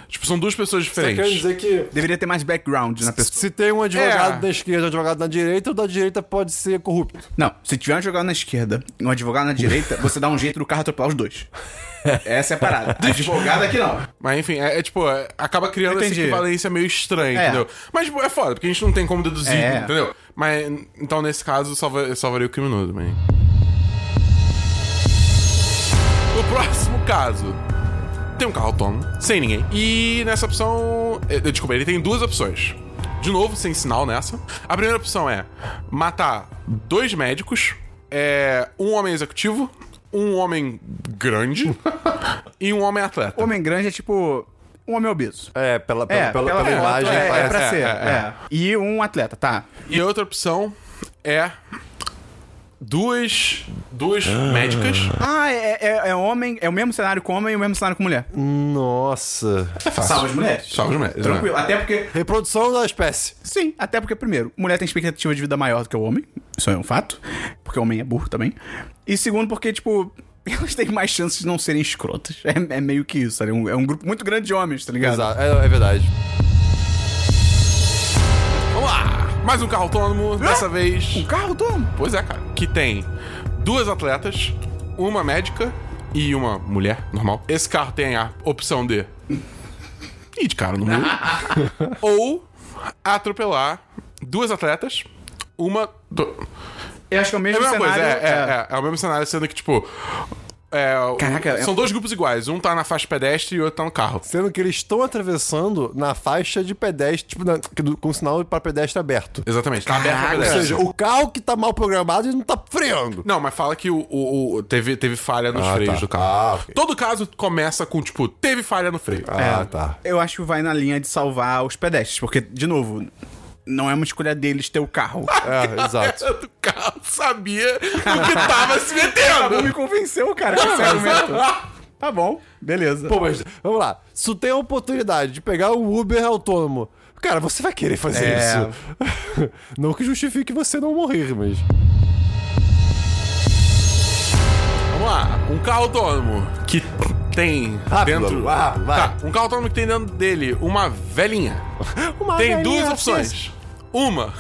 [SPEAKER 2] Tipo, são duas pessoas
[SPEAKER 3] Quer
[SPEAKER 2] diferentes.
[SPEAKER 3] dizer que
[SPEAKER 1] Deveria ter mais background na pessoa.
[SPEAKER 3] se tem um advogado
[SPEAKER 2] É.
[SPEAKER 3] da esquerda e um advogado na direita, o da direita pode ser corrupto.
[SPEAKER 1] Não, se tiver um jogado na esquerda e um advogado na direita, você dá um jeito do carro atropelar os dois. Essa é a parada. Advogado aqui não.
[SPEAKER 2] Mas enfim, é, é, tipo, é, acaba criando
[SPEAKER 1] Entendi.
[SPEAKER 2] essa equivalência meio estranha,
[SPEAKER 1] É.
[SPEAKER 2] entendeu? Mas tipo, é foda, porque a gente não tem como deduzir,
[SPEAKER 1] É.
[SPEAKER 2] entendeu? Mas então nesse caso salva, eu salvaria o criminoso também. O próximo caso. tem um carro autônomo, sem ninguém. E nessa opção. eh, Desculpa, ele tem duas opções. De novo, sem sinal nessa. A primeira opção é matar dois médicos, eh, um homem executivo, um homem grande e um homem atleta.
[SPEAKER 1] Homem grande é tipo um homem obeso.
[SPEAKER 3] É, pela, pela, pela, pela
[SPEAKER 1] foto,
[SPEAKER 3] imagem
[SPEAKER 1] é, é
[SPEAKER 3] parece.
[SPEAKER 1] pra
[SPEAKER 2] é,
[SPEAKER 1] ser.
[SPEAKER 2] é,
[SPEAKER 1] é. E um atleta, tá.
[SPEAKER 2] E a outra opção é duas. duas médicas.
[SPEAKER 1] Ah, é, é, é homem, é o mesmo cenário com homem e o mesmo cenário com mulher.
[SPEAKER 3] Nossa.
[SPEAKER 1] Salva as mulheres.
[SPEAKER 2] Salve os médicos.
[SPEAKER 1] Tranquilo.
[SPEAKER 3] né?
[SPEAKER 1] Até porque
[SPEAKER 3] Reprodução da espécie.
[SPEAKER 1] Sim, até porque, primeiro, mulher tem expectativa de vida maior do que o homem. Isso é um fato. Porque o homem é burro também. E segundo, porque, tipo, elas têm mais chances de não serem escrotas. É, é meio que isso, sabe? É um, é um grupo muito grande de homens, tá ligado?
[SPEAKER 3] Exato, é, é verdade.
[SPEAKER 2] Vamos lá! Mais um carro autônomo, dessa vez.
[SPEAKER 1] Um carro, Tom?
[SPEAKER 2] Pois é, cara. Que tem duas atletas, uma médica e uma mulher, normal. Esse carro tem a opção de ir de cara no muro. ou atropelar duas atletas, uma. do-
[SPEAKER 1] Eu acho que é o
[SPEAKER 2] É a
[SPEAKER 1] mesmo
[SPEAKER 2] mesma
[SPEAKER 1] cenário.
[SPEAKER 2] coisa, é, é, é, é o mesmo cenário, sendo que, tipo. é,
[SPEAKER 1] Caraca, é-
[SPEAKER 2] são dois grupos iguais. Um tá na faixa pedestre e o outro tá no carro.
[SPEAKER 3] Sendo que eles estão atravessando na faixa de pedestre, tipo, na- que do- com sinal pra pedestre aberto.
[SPEAKER 2] Exatamente, tá aberto a
[SPEAKER 1] Caraca,
[SPEAKER 3] Ou
[SPEAKER 2] pedestre.
[SPEAKER 3] seja, o carro que tá mal programado, ele não tá freando.
[SPEAKER 2] Não, mas fala que o, o- o- teve, teve falha nos
[SPEAKER 3] Ah,
[SPEAKER 2] freios
[SPEAKER 3] tá.
[SPEAKER 2] do carro.
[SPEAKER 3] Ah, ok.
[SPEAKER 2] Todo caso começa com, tipo, teve falha no freio.
[SPEAKER 3] Ah, tá.
[SPEAKER 1] Eu acho que vai na linha de salvar os pedestres. Porque, de novo, não é uma escolha deles ter o carro.
[SPEAKER 3] É, exato.
[SPEAKER 2] do carro sabia do que tava se
[SPEAKER 1] Não me
[SPEAKER 2] metendo.
[SPEAKER 1] convenceu, cara. com esse
[SPEAKER 2] é.
[SPEAKER 1] argumento. Tá bom, beleza.
[SPEAKER 3] Pô, mas vamos lá. Se tu tem a oportunidade de pegar o Uber autônomo, cara, você vai querer fazer
[SPEAKER 1] É.
[SPEAKER 3] isso. não que justifique você não morrer, mas.
[SPEAKER 2] Vamos lá, um carro autônomo que tem
[SPEAKER 3] Rápido,
[SPEAKER 2] dentro.
[SPEAKER 3] ah, vai.
[SPEAKER 2] Tá, um carro autônomo que tem dentro dele uma velhinha.
[SPEAKER 3] Uma
[SPEAKER 2] Tem
[SPEAKER 3] velhinha
[SPEAKER 2] duas
[SPEAKER 3] assim,
[SPEAKER 2] opções. Uma.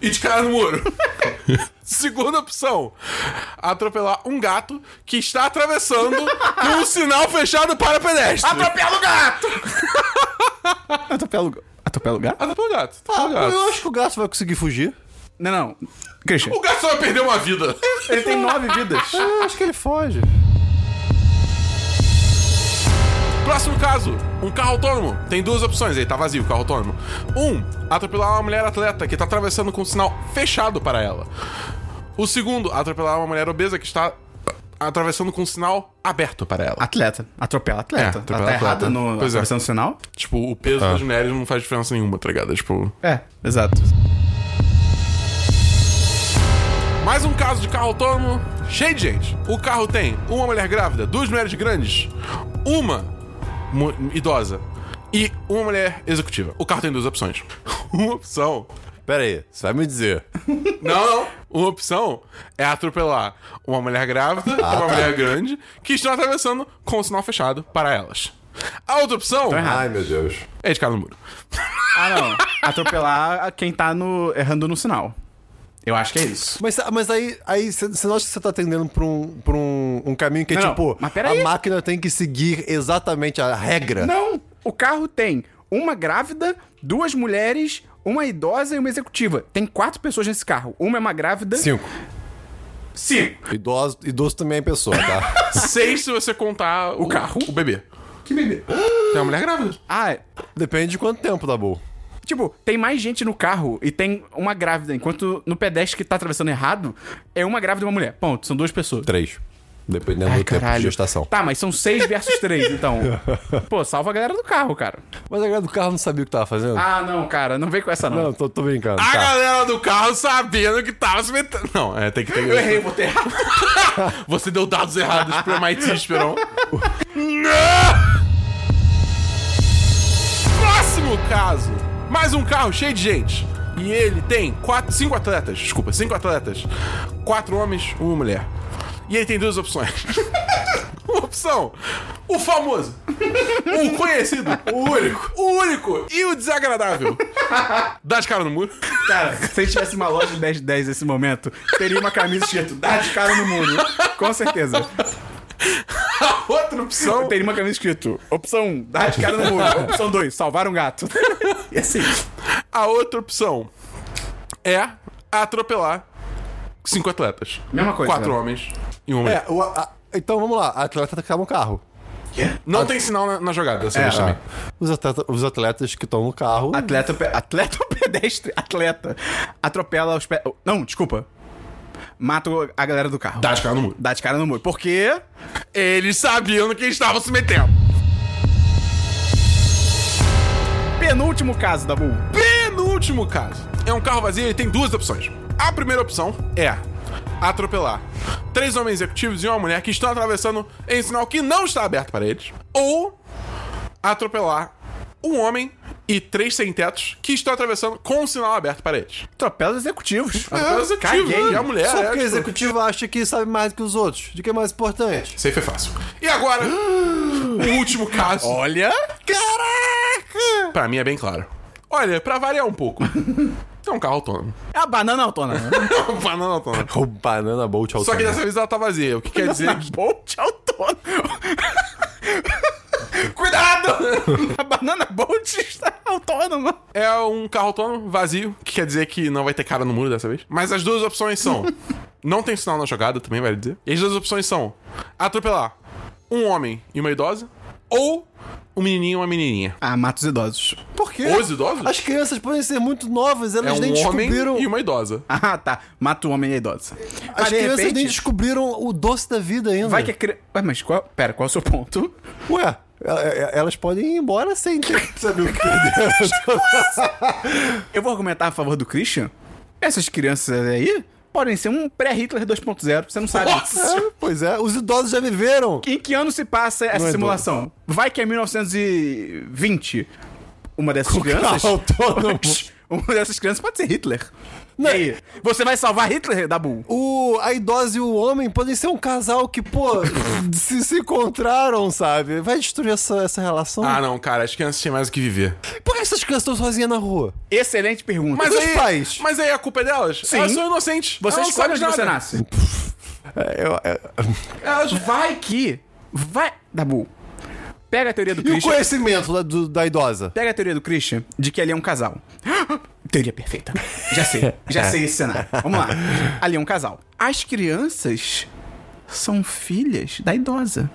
[SPEAKER 2] E de cara no muro. Segunda opção, atropelar um gato que está atravessando com o sinal fechado
[SPEAKER 3] É
[SPEAKER 2] para pedestre.
[SPEAKER 3] Ah,
[SPEAKER 1] Atropela o gato! Atropela o gato. Atropela o gato?
[SPEAKER 2] Atropela o gato.
[SPEAKER 3] Ah,
[SPEAKER 2] Atropela o gato.
[SPEAKER 3] eu acho que o gato vai conseguir fugir.
[SPEAKER 1] Não, não. Christian,
[SPEAKER 2] O gato só vai perder uma vida.
[SPEAKER 1] ele tem nove vidas.
[SPEAKER 3] Eu É, acho que ele foge.
[SPEAKER 2] Próximo caso, um carro autônomo. Tem duas opções aí, tá vazio o carro autônomo. Um, atropelar uma mulher atleta que tá atravessando com um sinal fechado para ela. O segundo, atropelar uma mulher obesa que está atravessando com um sinal aberto para ela.
[SPEAKER 1] Atleta. Atropela atleta.
[SPEAKER 2] É,
[SPEAKER 1] Ela
[SPEAKER 2] atropela
[SPEAKER 1] tá
[SPEAKER 2] atleta.
[SPEAKER 1] errada no
[SPEAKER 2] Pois é.
[SPEAKER 1] atravessando o sinal?
[SPEAKER 2] Tipo, o peso
[SPEAKER 1] Ah.
[SPEAKER 2] das mulheres não faz diferença nenhuma, tá ligado? É, Tipo,
[SPEAKER 1] É, exato.
[SPEAKER 2] mais um caso de carro autônomo, cheio de gente. O carro tem uma mulher grávida, duas mulheres grandes, uma mu- idosa e uma mulher executiva. O carro tem duas opções. Uma opção
[SPEAKER 3] Pera aí, você vai me dizer.
[SPEAKER 2] Não, não. Uma opção é atropelar uma mulher grávida,
[SPEAKER 1] Ah,
[SPEAKER 2] uma
[SPEAKER 1] tá.
[SPEAKER 2] mulher grande, que estão atravessando com o sinal fechado para elas. A outra opção
[SPEAKER 3] Ai, meu Deus.
[SPEAKER 2] é de cara no muro.
[SPEAKER 1] Ah, não. Atropelar quem tá no, errando no sinal. Eu acho que é isso.
[SPEAKER 3] Mas, mas aí aí você você não acha que você tá atendendo pra um, pra um, um caminho que é
[SPEAKER 1] Não,
[SPEAKER 3] tipo,
[SPEAKER 1] mas pera
[SPEAKER 3] a
[SPEAKER 1] aí.
[SPEAKER 3] máquina tem que seguir exatamente a regra?
[SPEAKER 1] Não! O carro tem uma grávida, duas mulheres, uma idosa e uma executiva. Tem quatro pessoas nesse carro. Uma é uma grávida.
[SPEAKER 3] Cinco.
[SPEAKER 1] Cinco.
[SPEAKER 3] Idoso, idoso também é pessoa, tá?
[SPEAKER 2] Seis se você contar o,
[SPEAKER 1] carro?
[SPEAKER 2] o bebê.
[SPEAKER 1] Que bebê.
[SPEAKER 2] Tem uma mulher grávida.
[SPEAKER 1] Ah,
[SPEAKER 3] Depende de quanto tempo, Dabu.
[SPEAKER 1] Tipo, tem mais gente no carro e tem uma grávida, enquanto no pedestre que tá atravessando errado, é uma grávida e uma mulher. Ponto, são duas pessoas.
[SPEAKER 3] Três. Dependendo do tempo de gestação.
[SPEAKER 1] Tá, mas são seis versus três, então. Pô, salva a galera do carro, cara.
[SPEAKER 3] Mas a galera do carro não sabia o que tava fazendo?
[SPEAKER 1] Ah, não, cara, não vem com essa, não.
[SPEAKER 3] Não, tô, tô brincando.
[SPEAKER 2] A
[SPEAKER 3] tá.
[SPEAKER 2] galera do carro sabendo que tava se metendo. Não, é, tem que ter.
[SPEAKER 1] vou ter errado.
[SPEAKER 2] Você deu dados errados pro MIT, Esperon. Próximo caso. Mais um carro cheio de gente. E ele tem quatro, cinco atletas. Desculpa, cinco atletas. Quatro homens, uma mulher. E ele tem duas opções. Uma opção. O famoso. O conhecido. O único. O único. E o desagradável. Dá de cara no muro.
[SPEAKER 1] Cara, se a gente tivesse uma loja de 10 de 10 nesse momento, teria uma camisa escrito dá de cara no mundo. Com certeza.
[SPEAKER 2] A outra opção.
[SPEAKER 1] Teria uma camisa escrito opção 1, dá de cara no mundo. Opção 2, salvar um gato. E assim.
[SPEAKER 2] A outra opção é atropelar cinco atletas.
[SPEAKER 1] Mesma coisa,
[SPEAKER 2] Quatro
[SPEAKER 1] né?
[SPEAKER 2] homens e uma mulher.
[SPEAKER 3] É, o- a- então vamos lá. A atleta tá com um carro.
[SPEAKER 2] Não tem sinal na, na jogada
[SPEAKER 1] É.
[SPEAKER 2] dessa vez também.
[SPEAKER 3] Os, atleta- os atletas que estão no carro.
[SPEAKER 1] Atleta, pe- atleta ou pedestre? Atleta. Atropela os. Pe... Não, desculpa. Mata a galera do carro.
[SPEAKER 2] Dá de cara no muro.
[SPEAKER 1] Dá de cara no muro. Porque.
[SPEAKER 2] Eles sabiam no que estavam se metendo.
[SPEAKER 1] Penúltimo caso, Dabu.
[SPEAKER 2] Penúltimo caso. É um carro vazio e tem duas opções. A primeira opção é atropelar três homens executivos e uma mulher que estão atravessando em sinal que não está aberto para eles. Ou atropelar um homem e três sem-tetos que estão atravessando com o sinal aberto para eles.
[SPEAKER 1] Atropela os executivos.
[SPEAKER 2] Atropela os executivos,
[SPEAKER 1] Ah, Caguei.
[SPEAKER 2] né? E a mulher.
[SPEAKER 3] Só
[SPEAKER 2] é,
[SPEAKER 3] porque o
[SPEAKER 2] tipo,
[SPEAKER 3] executivo acha que sabe mais que os outros. De que é mais importante?
[SPEAKER 2] Safe é fácil. E agora, o último caso.
[SPEAKER 1] Olha.
[SPEAKER 2] Caraca! Pra mim é bem claro. Olha, pra variar um pouco. É um carro autônomo.
[SPEAKER 1] É a banana autônoma.
[SPEAKER 2] Banana autônoma.
[SPEAKER 3] O Banana Bolt
[SPEAKER 2] Só que
[SPEAKER 3] Automatic.
[SPEAKER 2] dessa vez ela tá vazia, o que quer dizer que...
[SPEAKER 1] Bolt autônoma.
[SPEAKER 2] Cuidado!
[SPEAKER 1] A banana Bolt está autônoma.
[SPEAKER 2] É um carro autônomo vazio, que quer dizer que não vai ter cara no muro dessa vez. Mas as duas opções são... não tem sinal na jogada, também vai dizer. E as duas opções são... Atropelar um homem e uma idosa, ou um menininho e uma menininha.
[SPEAKER 1] Ah, mata os idosos.
[SPEAKER 3] Por quê?
[SPEAKER 2] Os idosos?
[SPEAKER 3] As crianças podem ser muito novas,
[SPEAKER 2] É
[SPEAKER 3] elas nem
[SPEAKER 2] um homem
[SPEAKER 3] descobriram.
[SPEAKER 2] e uma idosa.
[SPEAKER 1] Ah, tá. Mata o homem e a idosa.
[SPEAKER 3] As crianças nem descobriram o doce da vida ainda.
[SPEAKER 1] Vai que é- a criança... Ué, mas qual... Pera, qual é o seu ponto?
[SPEAKER 3] Ué, e- e- elas podem ir embora sem ter saber o que perderam.
[SPEAKER 1] Eu vou argumentar a favor do Christian. Essas crianças aí podem ser um pré-Hitler 2.0, você não sabe.
[SPEAKER 2] Nossa!
[SPEAKER 3] É, pois é, os idosos já viveram.
[SPEAKER 1] Em que ano se passa essa
[SPEAKER 3] Não é
[SPEAKER 1] simulação? Vai que é 1920. Uma dessas crianças.
[SPEAKER 3] carro autônomo.
[SPEAKER 1] Uma dessas crianças pode ser Hitler.
[SPEAKER 3] Não. é.
[SPEAKER 1] E aí? Você vai salvar Hitler, Dabu?
[SPEAKER 3] O, a idosa e o homem podem ser um casal que, pô, se, se encontraram, sabe? Vai destruir essa, essa relação.
[SPEAKER 2] Ah, não, cara, as crianças têm mais o que viver.
[SPEAKER 3] Por que essas crianças estão sozinhas na rua?
[SPEAKER 1] Excelente pergunta.
[SPEAKER 2] Mas
[SPEAKER 3] os
[SPEAKER 2] aí,
[SPEAKER 3] pais?
[SPEAKER 2] mas aí a culpa é delas.
[SPEAKER 1] Sim.
[SPEAKER 2] Elas são inocentes.
[SPEAKER 1] você
[SPEAKER 2] Elas não
[SPEAKER 1] escolhe
[SPEAKER 2] sabem
[SPEAKER 1] onde você
[SPEAKER 2] nada.
[SPEAKER 1] nasce.
[SPEAKER 3] É, eu- é-
[SPEAKER 2] Elas
[SPEAKER 1] Vai que. Vai. Dabu. Pega a teoria do
[SPEAKER 3] E o
[SPEAKER 1] Christian.
[SPEAKER 3] conhecimento da, do- da idosa?
[SPEAKER 1] Pega a teoria do Christian de que ali é um casal. Teoria perfeita. Já sei, já sei esse cenário. Vamos lá. Ali é um casal. As crianças são filhas da idosa.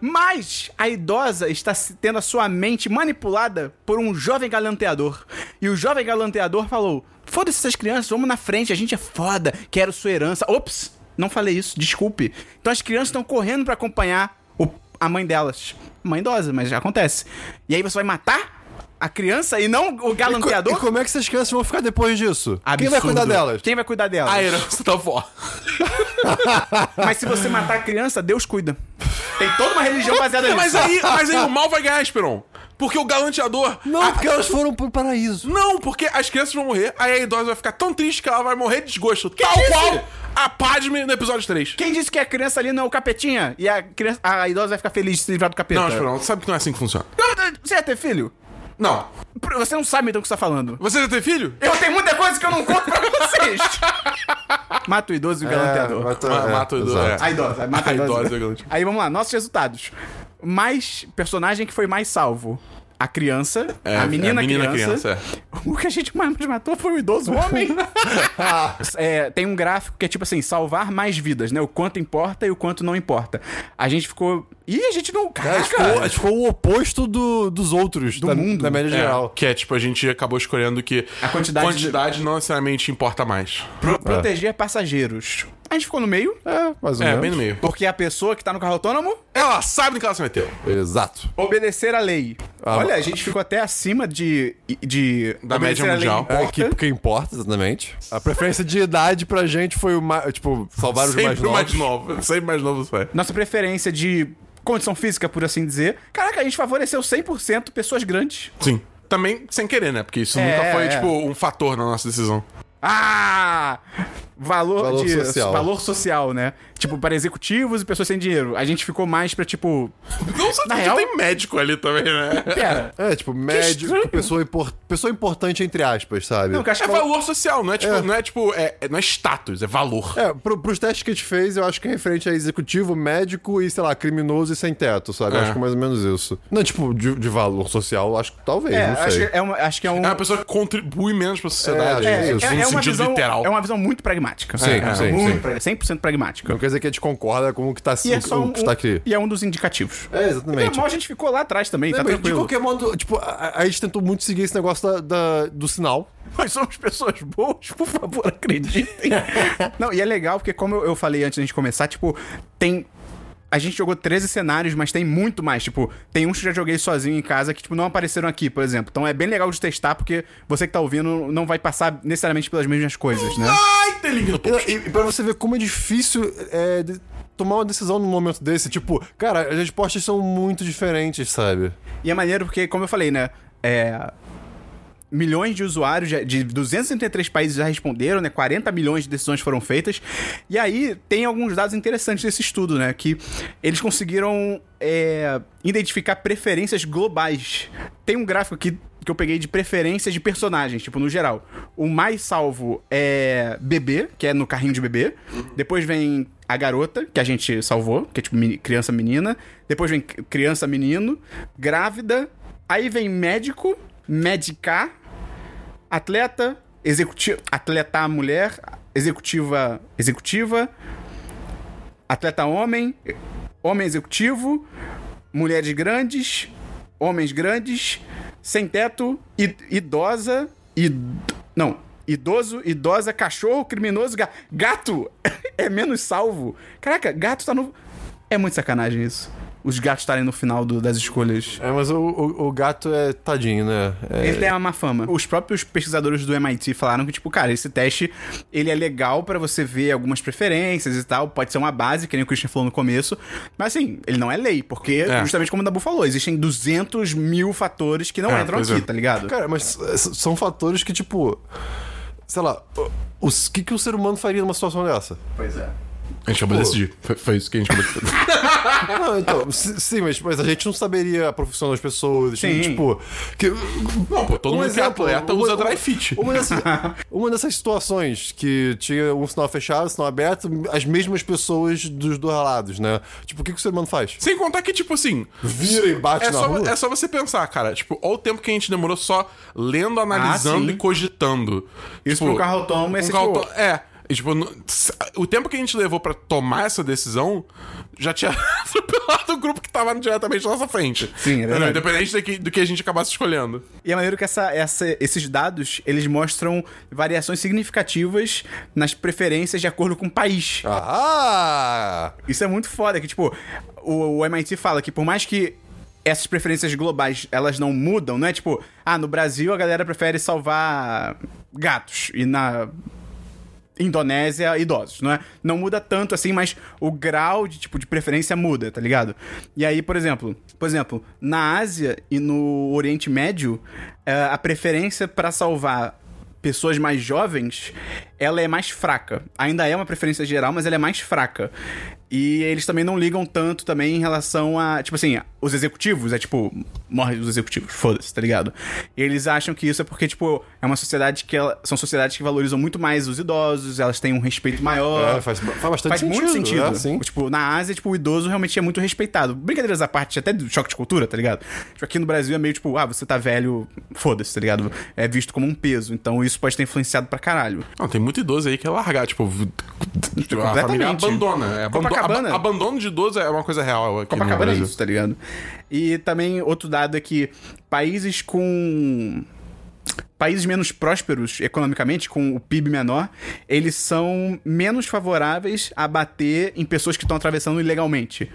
[SPEAKER 1] Mas a idosa está se- tendo a sua mente manipulada por um jovem galanteador. E o jovem galanteador falou: Foda-se essas crianças, vamos na frente, a gente é foda, quero sua herança. Ops, não falei isso, desculpe. Então as crianças estão correndo pra acompanhar o- a mãe delas. Mãe idosa, mas já acontece. E aí você vai matar a criança e não o
[SPEAKER 3] E, co- e
[SPEAKER 1] galanteador?
[SPEAKER 3] como é que essas crianças vão ficar depois disso? Quem vai
[SPEAKER 1] Absurdo.
[SPEAKER 3] cuidar delas?
[SPEAKER 1] Quem vai cuidar delas?
[SPEAKER 2] A herança da Ah, avó.
[SPEAKER 1] Mas se você matar a criança, Deus cuida. Tem toda uma religião baseada nisso.
[SPEAKER 2] Mas é- aí, mas aí o mal vai ganhar, Esperon. Porque o galanteador. Ah,
[SPEAKER 3] Não, porque elas foram pro paraíso.
[SPEAKER 2] Não, porque as crianças vão morrer, aí a idosa vai ficar tão triste que ela vai morrer de desgosto. tal
[SPEAKER 1] disse?
[SPEAKER 2] qual a Padme no episódio 3.
[SPEAKER 1] Quem disse é que a criança ali não é o capetinha? E a, criança, a idosa vai ficar feliz de se livrar do capeta?
[SPEAKER 2] Não, Esperon, tu sabe que não é assim que funciona.
[SPEAKER 1] Não, Você ia ter filho?
[SPEAKER 2] Não.
[SPEAKER 1] Você não sabe então o que você tá falando.
[SPEAKER 2] Você já tem filho?
[SPEAKER 1] Eu tenho muita coisa que eu não conto pra vocês. Mata o idoso e o
[SPEAKER 3] É,
[SPEAKER 1] galanteador.
[SPEAKER 2] É,
[SPEAKER 3] tá,
[SPEAKER 2] Ma- mata o idoso.
[SPEAKER 1] A idosa, mata a
[SPEAKER 2] A
[SPEAKER 1] Ah, idosa.
[SPEAKER 2] idosa e o galanteador.
[SPEAKER 1] Aí vamos lá, nossos resultados. Mais personagem que foi mais salvo. A criança,
[SPEAKER 2] É,
[SPEAKER 1] a menina,
[SPEAKER 2] a menina
[SPEAKER 1] criança.
[SPEAKER 2] criança, é.
[SPEAKER 1] O que a gente mais matou foi o idoso homem. É, tem um gráfico que é tipo assim, salvar mais vidas, né? O quanto importa e o quanto não importa. A gente ficou... Ih, a gente não...
[SPEAKER 3] É,
[SPEAKER 1] Caraca!
[SPEAKER 3] tipo, é, tipo, o oposto do- dos outros, do da,
[SPEAKER 1] mundo.
[SPEAKER 3] da média
[SPEAKER 2] É,
[SPEAKER 3] geral.
[SPEAKER 2] que é tipo, a gente acabou escolhendo que
[SPEAKER 1] A quantidade de-
[SPEAKER 2] quantidade não necessariamente importa mais.
[SPEAKER 1] Pro- Proteger passageiros. A gente ficou no meio,
[SPEAKER 3] É, mais ou
[SPEAKER 2] é. É,
[SPEAKER 3] menos.
[SPEAKER 2] bem no meio.
[SPEAKER 1] porque a pessoa que tá no carro autônomo,
[SPEAKER 2] Ela sabe no que ela se meteu.
[SPEAKER 3] Exato.
[SPEAKER 1] obedecer a lei. Olha, a gente ficou até acima de... de
[SPEAKER 2] Ah, Da
[SPEAKER 1] obedecer
[SPEAKER 2] média
[SPEAKER 1] a lei
[SPEAKER 2] mundial.
[SPEAKER 1] importa.
[SPEAKER 3] É, que, que importa, exatamente. A preferência de idade pra gente foi o mais. Tipo, salvar os mais
[SPEAKER 2] Sempre
[SPEAKER 3] novos.
[SPEAKER 2] mais novo. Sempre mais novo você é.
[SPEAKER 1] nossa preferência de condição física, por assim dizer. Caraca, a gente favoreceu 100% pessoas grandes.
[SPEAKER 2] Sim. Também sem querer, né? Porque isso
[SPEAKER 1] É,
[SPEAKER 2] nunca foi,
[SPEAKER 1] é.
[SPEAKER 2] tipo, um fator na nossa decisão.
[SPEAKER 1] Ah! Valor,
[SPEAKER 3] Valor
[SPEAKER 1] de
[SPEAKER 3] social.
[SPEAKER 1] valor social, né? Tipo, para executivos e pessoas sem dinheiro. A gente ficou mais pra, tipo,
[SPEAKER 2] Não só
[SPEAKER 1] Na
[SPEAKER 2] que
[SPEAKER 1] real-
[SPEAKER 2] tem médico ali também, né?
[SPEAKER 1] pera.
[SPEAKER 3] É, tipo, médico,
[SPEAKER 1] estranho.
[SPEAKER 3] pessoa, impor- pessoa importante, entre aspas, sabe?
[SPEAKER 1] Não,
[SPEAKER 2] É
[SPEAKER 1] cachorro.
[SPEAKER 2] valor social, não é tipo, não é tipo, é, é- não é status, é valor.
[SPEAKER 3] É, pro, pros testes que a gente fez, eu acho que é referente a executivo, médico e, sei lá, criminoso e sem teto, sabe? Eu
[SPEAKER 2] É.
[SPEAKER 3] Acho que é mais ou menos isso. Não, tipo, de, de valor social, eu acho que talvez,
[SPEAKER 1] É,
[SPEAKER 3] não sei. Ah,
[SPEAKER 1] acho que é, uma, acho que é um.
[SPEAKER 2] É uma pessoa que contribui menos pra sociedade,
[SPEAKER 3] É, é,
[SPEAKER 2] no
[SPEAKER 3] é
[SPEAKER 2] sentido
[SPEAKER 1] visão,
[SPEAKER 2] literal.
[SPEAKER 1] é uma visão muito pragmática.
[SPEAKER 3] Sim,
[SPEAKER 1] é,
[SPEAKER 3] sim,
[SPEAKER 1] muito
[SPEAKER 3] sim.
[SPEAKER 1] pra- 100% pragmática.
[SPEAKER 3] Não quer dizer que a gente concorda com o que tá,
[SPEAKER 1] é- E é
[SPEAKER 3] o-
[SPEAKER 1] só
[SPEAKER 3] o
[SPEAKER 1] um,
[SPEAKER 3] que tá aqui.
[SPEAKER 1] e é um dos indicativos.
[SPEAKER 3] É,
[SPEAKER 1] É,
[SPEAKER 3] exatamente.
[SPEAKER 1] mal a gente ficou lá atrás também, tá
[SPEAKER 3] Mas, de
[SPEAKER 1] tranquilo.
[SPEAKER 3] qualquer modo, tipo, a, a- a gente tentou muito seguir esse negócio da, da- do sinal.
[SPEAKER 1] Nós somos pessoas boas, por favor, acreditem. Não, e é legal porque, como eu, eu falei antes da gente começar, tipo, tem. A gente jogou 13 cenários, mas tem muito mais. Tipo, tem uns que eu já joguei sozinho em casa que, tipo, não apareceram aqui, por exemplo. Então é bem legal de testar, porque você que tá ouvindo não vai passar necessariamente pelas mesmas coisas, né?
[SPEAKER 2] Ai, tem limite.
[SPEAKER 3] E, e pra você ver como é difícil é, de- tomar uma decisão num momento desse. Tipo, cara, as respostas são muito diferentes, sabe?
[SPEAKER 1] E é maneiro porque, como eu falei, né? É. Milhões de usuários já- de 233 países já responderam, né? 40 milhões de decisões foram feitas. E aí tem alguns dados interessantes desse estudo, né? Que eles conseguiram é, identificar preferências globais. Tem um gráfico aqui que eu peguei de preferências de personagens, tipo, no geral. O mais salvo é bebê, que é no carrinho de bebê. Depois vem a garota, que a gente salvou, que é tipo meni- criança menina. Depois vem c- criança menino, grávida. Aí vem médico, medicar, atleta, executivo, atleta mulher, executiva, executiva, atleta homem, homem executivo, mulheres grandes, homens grandes, sem teto, i- idosa, id, não, idoso, idosa, cachorro, criminoso, ga- gato é menos salvo. Caraca, gato tá no é muito sacanagem isso. Os gatos estarem no final do- das escolhas.
[SPEAKER 3] É, mas o, o- o gato é tadinho, né? É-
[SPEAKER 1] Ele tem uma má fama. Os próprios pesquisadores do MIT falaram que, tipo, cara, esse teste, ele é legal pra você ver algumas preferências e tal, pode ser uma base, que nem o Christian falou no começo, mas assim, ele não é lei, porque,
[SPEAKER 2] É.
[SPEAKER 1] justamente como o Dabu falou, existem 200 mil fatores que não
[SPEAKER 2] É,
[SPEAKER 1] entram
[SPEAKER 2] pois
[SPEAKER 1] aqui,
[SPEAKER 2] é.
[SPEAKER 1] tá ligado?
[SPEAKER 3] Cara, mas eh, s- são fatores que, tipo. Sei lá, o- os que, que o ser humano faria numa situação dessa?
[SPEAKER 1] Pois é.
[SPEAKER 2] A gente acabou de decidir. Foi, foi isso que a gente acabou de decidir.
[SPEAKER 3] Não, então, s- sim, mas, mas a gente não saberia a profissão das pessoas,
[SPEAKER 1] Sim.
[SPEAKER 3] tipo. Que,
[SPEAKER 2] Não, pô, todo mundo que é atleta
[SPEAKER 3] uma-
[SPEAKER 2] usa
[SPEAKER 3] uma-
[SPEAKER 2] dry fit.
[SPEAKER 3] Uma dessas, uma dessas situações que tinha um sinal fechado, um sinal aberto, as mesmas pessoas dos dois lados, né? Tipo, o que, que o ser humano faz?
[SPEAKER 2] Sem contar que, tipo assim.
[SPEAKER 3] Vira e bate
[SPEAKER 2] é
[SPEAKER 3] na
[SPEAKER 2] só,
[SPEAKER 3] rua?
[SPEAKER 2] É só você pensar, cara. Tipo, olha o tempo que a gente demorou só lendo, analisando
[SPEAKER 1] Ah, sim.
[SPEAKER 2] e cogitando.
[SPEAKER 1] Isso pro carro autônomo é
[SPEAKER 2] um
[SPEAKER 1] ser
[SPEAKER 2] carro
[SPEAKER 1] tipo-
[SPEAKER 2] autônomo- É. E, tipo, no- s- o tempo que a gente levou pra tomar essa decisão já tinha atropelado o grupo que tava diretamente na nossa frente.
[SPEAKER 1] Sim, é
[SPEAKER 2] Entendeu?
[SPEAKER 1] verdade.
[SPEAKER 2] Independente do que, do que a gente acabasse escolhendo.
[SPEAKER 1] E é maneiro que essa- essa- esses dados, eles mostram variações significativas nas preferências de acordo com o país.
[SPEAKER 3] Ah!
[SPEAKER 1] Isso é muito foda, que tipo, o, o MIT fala que por mais que essas preferências globais, elas não mudam, não é tipo, ah, no Brasil a galera prefere salvar gatos e na Indonésia, idosos, não é? Não muda tanto assim, mas o grau de tipo de preferência muda, tá ligado? E aí, por exemplo, por exemplo, na Ásia e no Oriente Médio, eh, a preferência pra salvar pessoas mais jovens, ela é mais fraca. Ainda é uma preferência geral, mas ela é mais fraca. E eles também não ligam tanto também em relação a, tipo assim, os executivos, é tipo, morre os executivos, foda-se, tá ligado? Eles acham que isso é porque, tipo, é uma sociedade que ela- são sociedades que valorizam muito mais os idosos, elas têm um respeito maior.
[SPEAKER 3] É, faz, faz bastante
[SPEAKER 1] Faz
[SPEAKER 3] sentido.
[SPEAKER 1] muito sentido.
[SPEAKER 3] é, sim.
[SPEAKER 1] Tipo, na Ásia, tipo, o idoso realmente é muito respeitado. Brincadeiras à parte, até do choque de cultura, tá ligado? Tipo, aqui no Brasil é meio tipo, ah, você tá velho, foda-se, tá ligado? É visto como um peso. Então isso pode ter influenciado pra caralho.
[SPEAKER 2] Não, tem muito idoso aí que é largar, tipo. v- A família abandona. é, abando-
[SPEAKER 1] Copacabana.
[SPEAKER 2] ab- abandono de idoso é uma coisa real aqui no
[SPEAKER 1] Copacabana é
[SPEAKER 2] Brasil.
[SPEAKER 1] isso, tá ligado? E também outro dado é que países com. Países menos prósperos economicamente, com o PIB menor, eles são menos favoráveis a bater em pessoas que estão atravessando ilegalmente.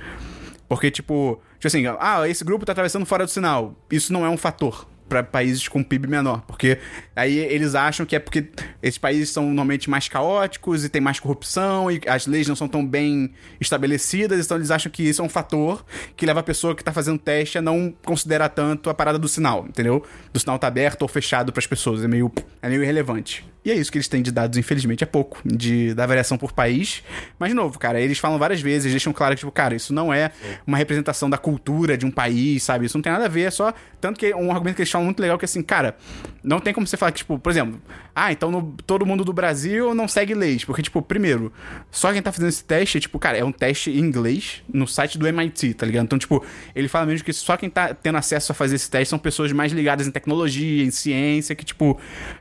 [SPEAKER 1] Porque, tipo, tipo assim, ah, esse grupo tá atravessando fora do sinal. Isso não é um fator pra países com PIB menor. Porque aí eles acham que é porque esses países são normalmente mais caóticos e tem mais corrupção e as leis não são tão bem estabelecidas. Então eles acham que isso é um fator que leva a pessoa que tá fazendo teste a não considerar tanto a parada do sinal, entendeu? Do sinal tá aberto ou fechado pras pessoas. É meio, é meio irrelevante. E é isso que eles têm de dados, infelizmente, é pouco, de, da variação por país. Mas, de novo, cara, eles falam várias vezes, deixam claro que, tipo, cara, isso não é uma representação da cultura de um país, sabe? Isso não tem nada a ver, é só. Tanto que um argumento que eles falam muito legal que, assim, cara, não tem como você falar que, tipo, por exemplo, ah, então no- todo mundo do Brasil não segue leis. Porque, tipo, primeiro, só quem tá fazendo esse teste, tipo, cara, é um teste em inglês no site do MIT, tá ligado? Então, tipo, ele fala mesmo que só quem tá tendo acesso a fazer esse teste são pessoas mais ligadas em tecnologia, em ciência, que, tipo,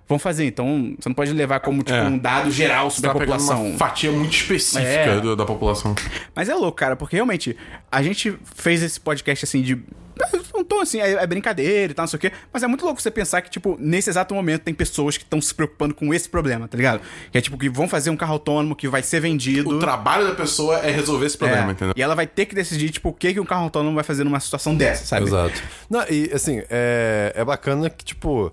[SPEAKER 1] vão fazer. Então, você não não pode levar como tipo,
[SPEAKER 2] É.
[SPEAKER 1] um dado geral
[SPEAKER 2] Você
[SPEAKER 1] sobre
[SPEAKER 2] tá
[SPEAKER 1] a
[SPEAKER 2] pegando
[SPEAKER 1] população.
[SPEAKER 2] uma fatia muito específica
[SPEAKER 1] É.
[SPEAKER 2] do- da população.
[SPEAKER 1] Mas é louco, cara, porque realmente a gente fez esse podcast assim de. Não tô assim, é, é brincadeira e tal, não sei o quê. Mas é muito louco você pensar que, tipo, nesse exato momento tem pessoas que estão se preocupando com esse problema, tá ligado? Que é tipo, que vão fazer um carro autônomo que vai ser vendido.
[SPEAKER 2] O trabalho da pessoa é resolver esse problema,
[SPEAKER 1] É.
[SPEAKER 2] entendeu?
[SPEAKER 1] E ela vai ter que decidir, tipo, o que, que um carro autônomo vai fazer numa situação dessa, sabe?
[SPEAKER 3] Exato. Não, e assim, é, é bacana que, tipo.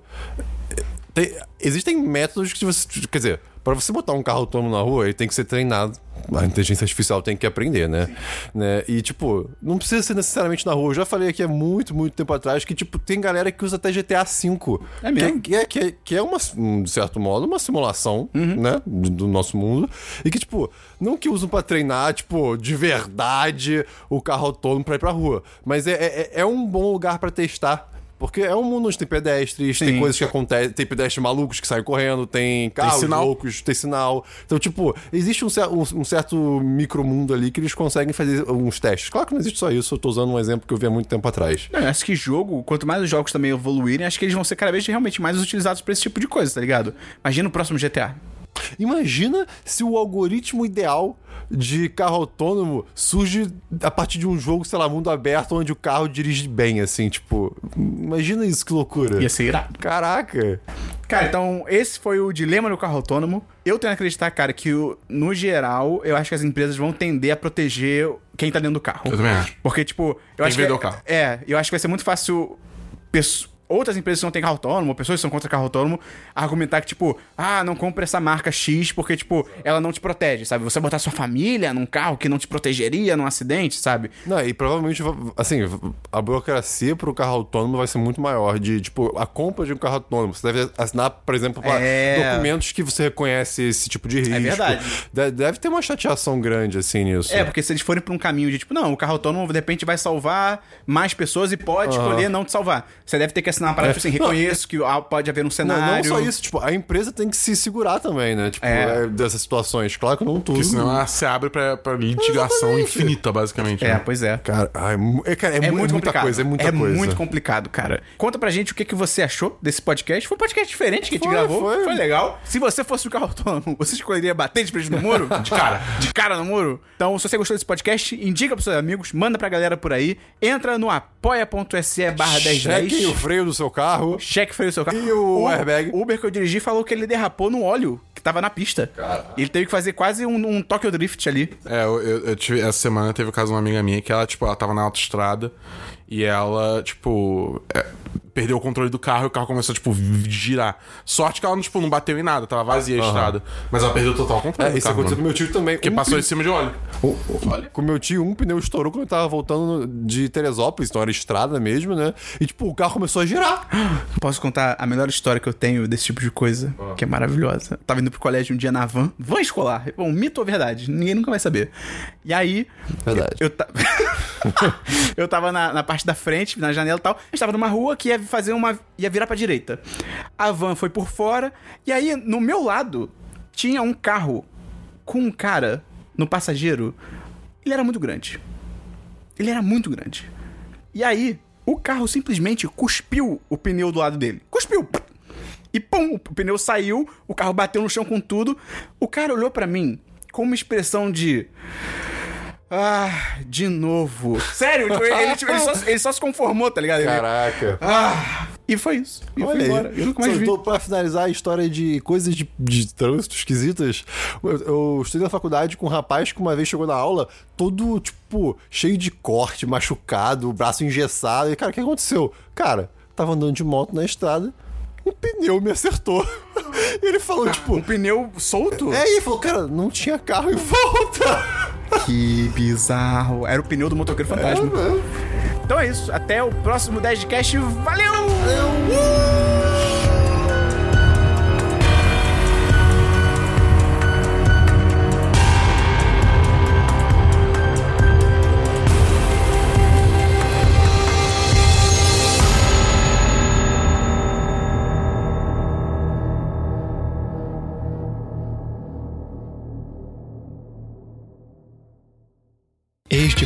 [SPEAKER 3] tem- existem métodos que você. Quer dizer, para você botar um carro autônomo na rua, ele tem que ser treinado. A inteligência artificial tem que aprender, né? né? E, tipo, não precisa ser necessariamente na rua. Eu já falei aqui há muito, muito tempo atrás que, tipo, tem galera que usa até GTA V.
[SPEAKER 1] É mesmo?
[SPEAKER 3] Que é, que é, que é uma, um, de certo modo, uma simulação, né? Do, do nosso mundo. E que, tipo, não que usam pra treinar, tipo, de verdade o carro autônomo pra ir pra rua. Mas é, é, é um bom lugar pra testar. Porque é um mundo onde tem pedestres,
[SPEAKER 1] Sim.
[SPEAKER 3] tem coisas que acontecem, tem pedestres malucos que saem correndo, tem carros
[SPEAKER 2] sinal.
[SPEAKER 3] loucos, tem sinal. Então, tipo, existe um, cer- um, um certo micromundo ali que eles conseguem fazer uns testes. Claro que não existe só isso, eu tô usando um exemplo que eu vi há muito tempo atrás.
[SPEAKER 1] Não, eu acho que jogo, quanto mais os jogos também evoluírem, acho que eles vão ser cada vez realmente mais utilizados pra esse tipo de coisa, tá ligado? Imagina o próximo GTA.
[SPEAKER 3] Imagina se o algoritmo ideal de carro autônomo surge a partir de um jogo, sei lá, mundo aberto, onde o carro dirige bem, assim, tipo. Imagina isso, que loucura.
[SPEAKER 1] Ia ser irado.
[SPEAKER 3] Caraca.
[SPEAKER 1] Cara, então esse foi o dilema do carro autônomo. Eu tenho a acreditar, cara, que o- no geral, eu acho que as empresas vão tender a proteger quem tá dentro do carro.
[SPEAKER 2] Eu também acho.
[SPEAKER 1] Porque, tipo, eu acho que.
[SPEAKER 2] vender
[SPEAKER 1] é-
[SPEAKER 2] o carro.
[SPEAKER 1] É, eu acho que vai ser muito fácil. pesso- Outras empresas que não têm carro autônomo, ou pessoas que são contra carro autônomo, argumentar que, tipo, ah, não compra essa marca X porque, tipo, ela não te protege, sabe? Você botar sua família num carro que não te protegeria num acidente, sabe?
[SPEAKER 3] Não, e provavelmente, va- assim, a burocracia pro carro autônomo vai ser muito maior. De, tipo, a compra de um carro autônomo. Você deve assinar, por exemplo, pra-
[SPEAKER 1] É.
[SPEAKER 3] documentos que você reconhece esse tipo de risco.
[SPEAKER 1] verdade.
[SPEAKER 3] De- Deve ter uma chateação grande, assim, nisso.
[SPEAKER 1] É, porque se eles forem pra um caminho de tipo, não, o carro autônomo de repente vai salvar mais pessoas e pode escolher não te salvar. Você deve ter que assinar uma parada, tipo assim, reconheço que ah, pode haver um
[SPEAKER 3] É. Não,
[SPEAKER 1] cenário.
[SPEAKER 3] não só isso, tipo, a empresa tem que se segurar também, né? Tipo,
[SPEAKER 1] É.
[SPEAKER 3] é, dessas situações. Claro que não tudo.
[SPEAKER 2] Porque senão ela se abre pra, pra litigação infinita, basicamente.
[SPEAKER 1] É,
[SPEAKER 2] né?
[SPEAKER 1] pois é.
[SPEAKER 3] Cara, ai, mu- é, cara, é, mu- é muita coisa, é muita coisa.
[SPEAKER 1] muito complicado, cara. Conta pra gente o que, que você achou desse podcast. Foi um podcast diferente que a gente
[SPEAKER 3] Foi,
[SPEAKER 1] gravou. Foi.
[SPEAKER 3] foi.
[SPEAKER 1] legal. Se você fosse um carro autônomo, você escolheria bater de frente no muro? De
[SPEAKER 2] cara.
[SPEAKER 1] De cara no muro? Então, se você gostou desse podcast, indica pros seus amigos, manda pra galera por aí. Entra no apoia.se barra 10
[SPEAKER 3] Chequem o freio do seu carro.
[SPEAKER 1] Cheque freio do seu carro.
[SPEAKER 3] E o airbag?
[SPEAKER 1] O Uber que eu dirigi falou que ele derrapou no óleo que tava na pista. Ele teve que fazer quase um, um Tokyo Drift ali.
[SPEAKER 2] É, eu, eu- eu tive, essa semana teve o caso de uma amiga minha que ela, tipo, ela tava na autoestrada e ela, tipo, é, perdeu o controle do carro e o carro começou, tipo, vi- girar. Sorte que ela, tipo, não bateu em nada, tava vazia a estrada. Mas ela perdeu total controle
[SPEAKER 3] É,
[SPEAKER 2] do
[SPEAKER 3] isso
[SPEAKER 2] carro,
[SPEAKER 3] aconteceu com
[SPEAKER 2] mano.
[SPEAKER 3] meu tio também.
[SPEAKER 2] Porque
[SPEAKER 3] Um
[SPEAKER 2] passou em cima de óleo.
[SPEAKER 3] Com meu tio, um pneu estourou quando eu tava voltando no- de Teresópolis, então era estrada mesmo, né? E tipo, o carro começou a girar.
[SPEAKER 1] Posso contar a melhor história que eu tenho desse tipo de coisa, que é maravilhosa. Eu tava indo pro colégio um dia na van, van escolar. Bom, mito ou verdade? Ninguém nunca vai saber. E aí.
[SPEAKER 3] Verdade.
[SPEAKER 1] Eu, ta- eu tava na, na parte da frente, na janela e tal. A gente tava numa rua que ia fazer uma. ia virar pra direita. A van foi por fora, e aí, no meu lado, tinha um carro com um cara no passageiro. Ele era muito grande. Ele era muito grande. E aí, o carro simplesmente cuspiu o pneu do lado dele. Cuspiu! E pum, o pneu saiu, o carro bateu no chão com tudo. O cara olhou pra mim com uma expressão de. Ah, de novo. Sério, tipo, ele, ele, tipo, ele só, ele só se conformou, tá ligado? Ele-
[SPEAKER 3] Caraca.
[SPEAKER 1] ah, e foi isso. E foi embora. Eu nunca mais vi.
[SPEAKER 3] Então, pra finalizar a história de coisas de, de trânsito esquisitas, eu, eu estudei na faculdade com um rapaz que uma vez chegou na aula todo, tipo, cheio de corte, machucado, o braço engessado. E, cara, o que aconteceu? Cara, tava andando de moto na estrada, um pneu me acertou. E ele falou, tipo...
[SPEAKER 1] Um pneu solto?
[SPEAKER 3] É, e ele falou, cara, não tinha carro em volta.
[SPEAKER 1] Que bizarro. Era o pneu do motoqueiro fantasma. Então é isso. Até o próximo 10 de cast. Valeu!
[SPEAKER 4] Este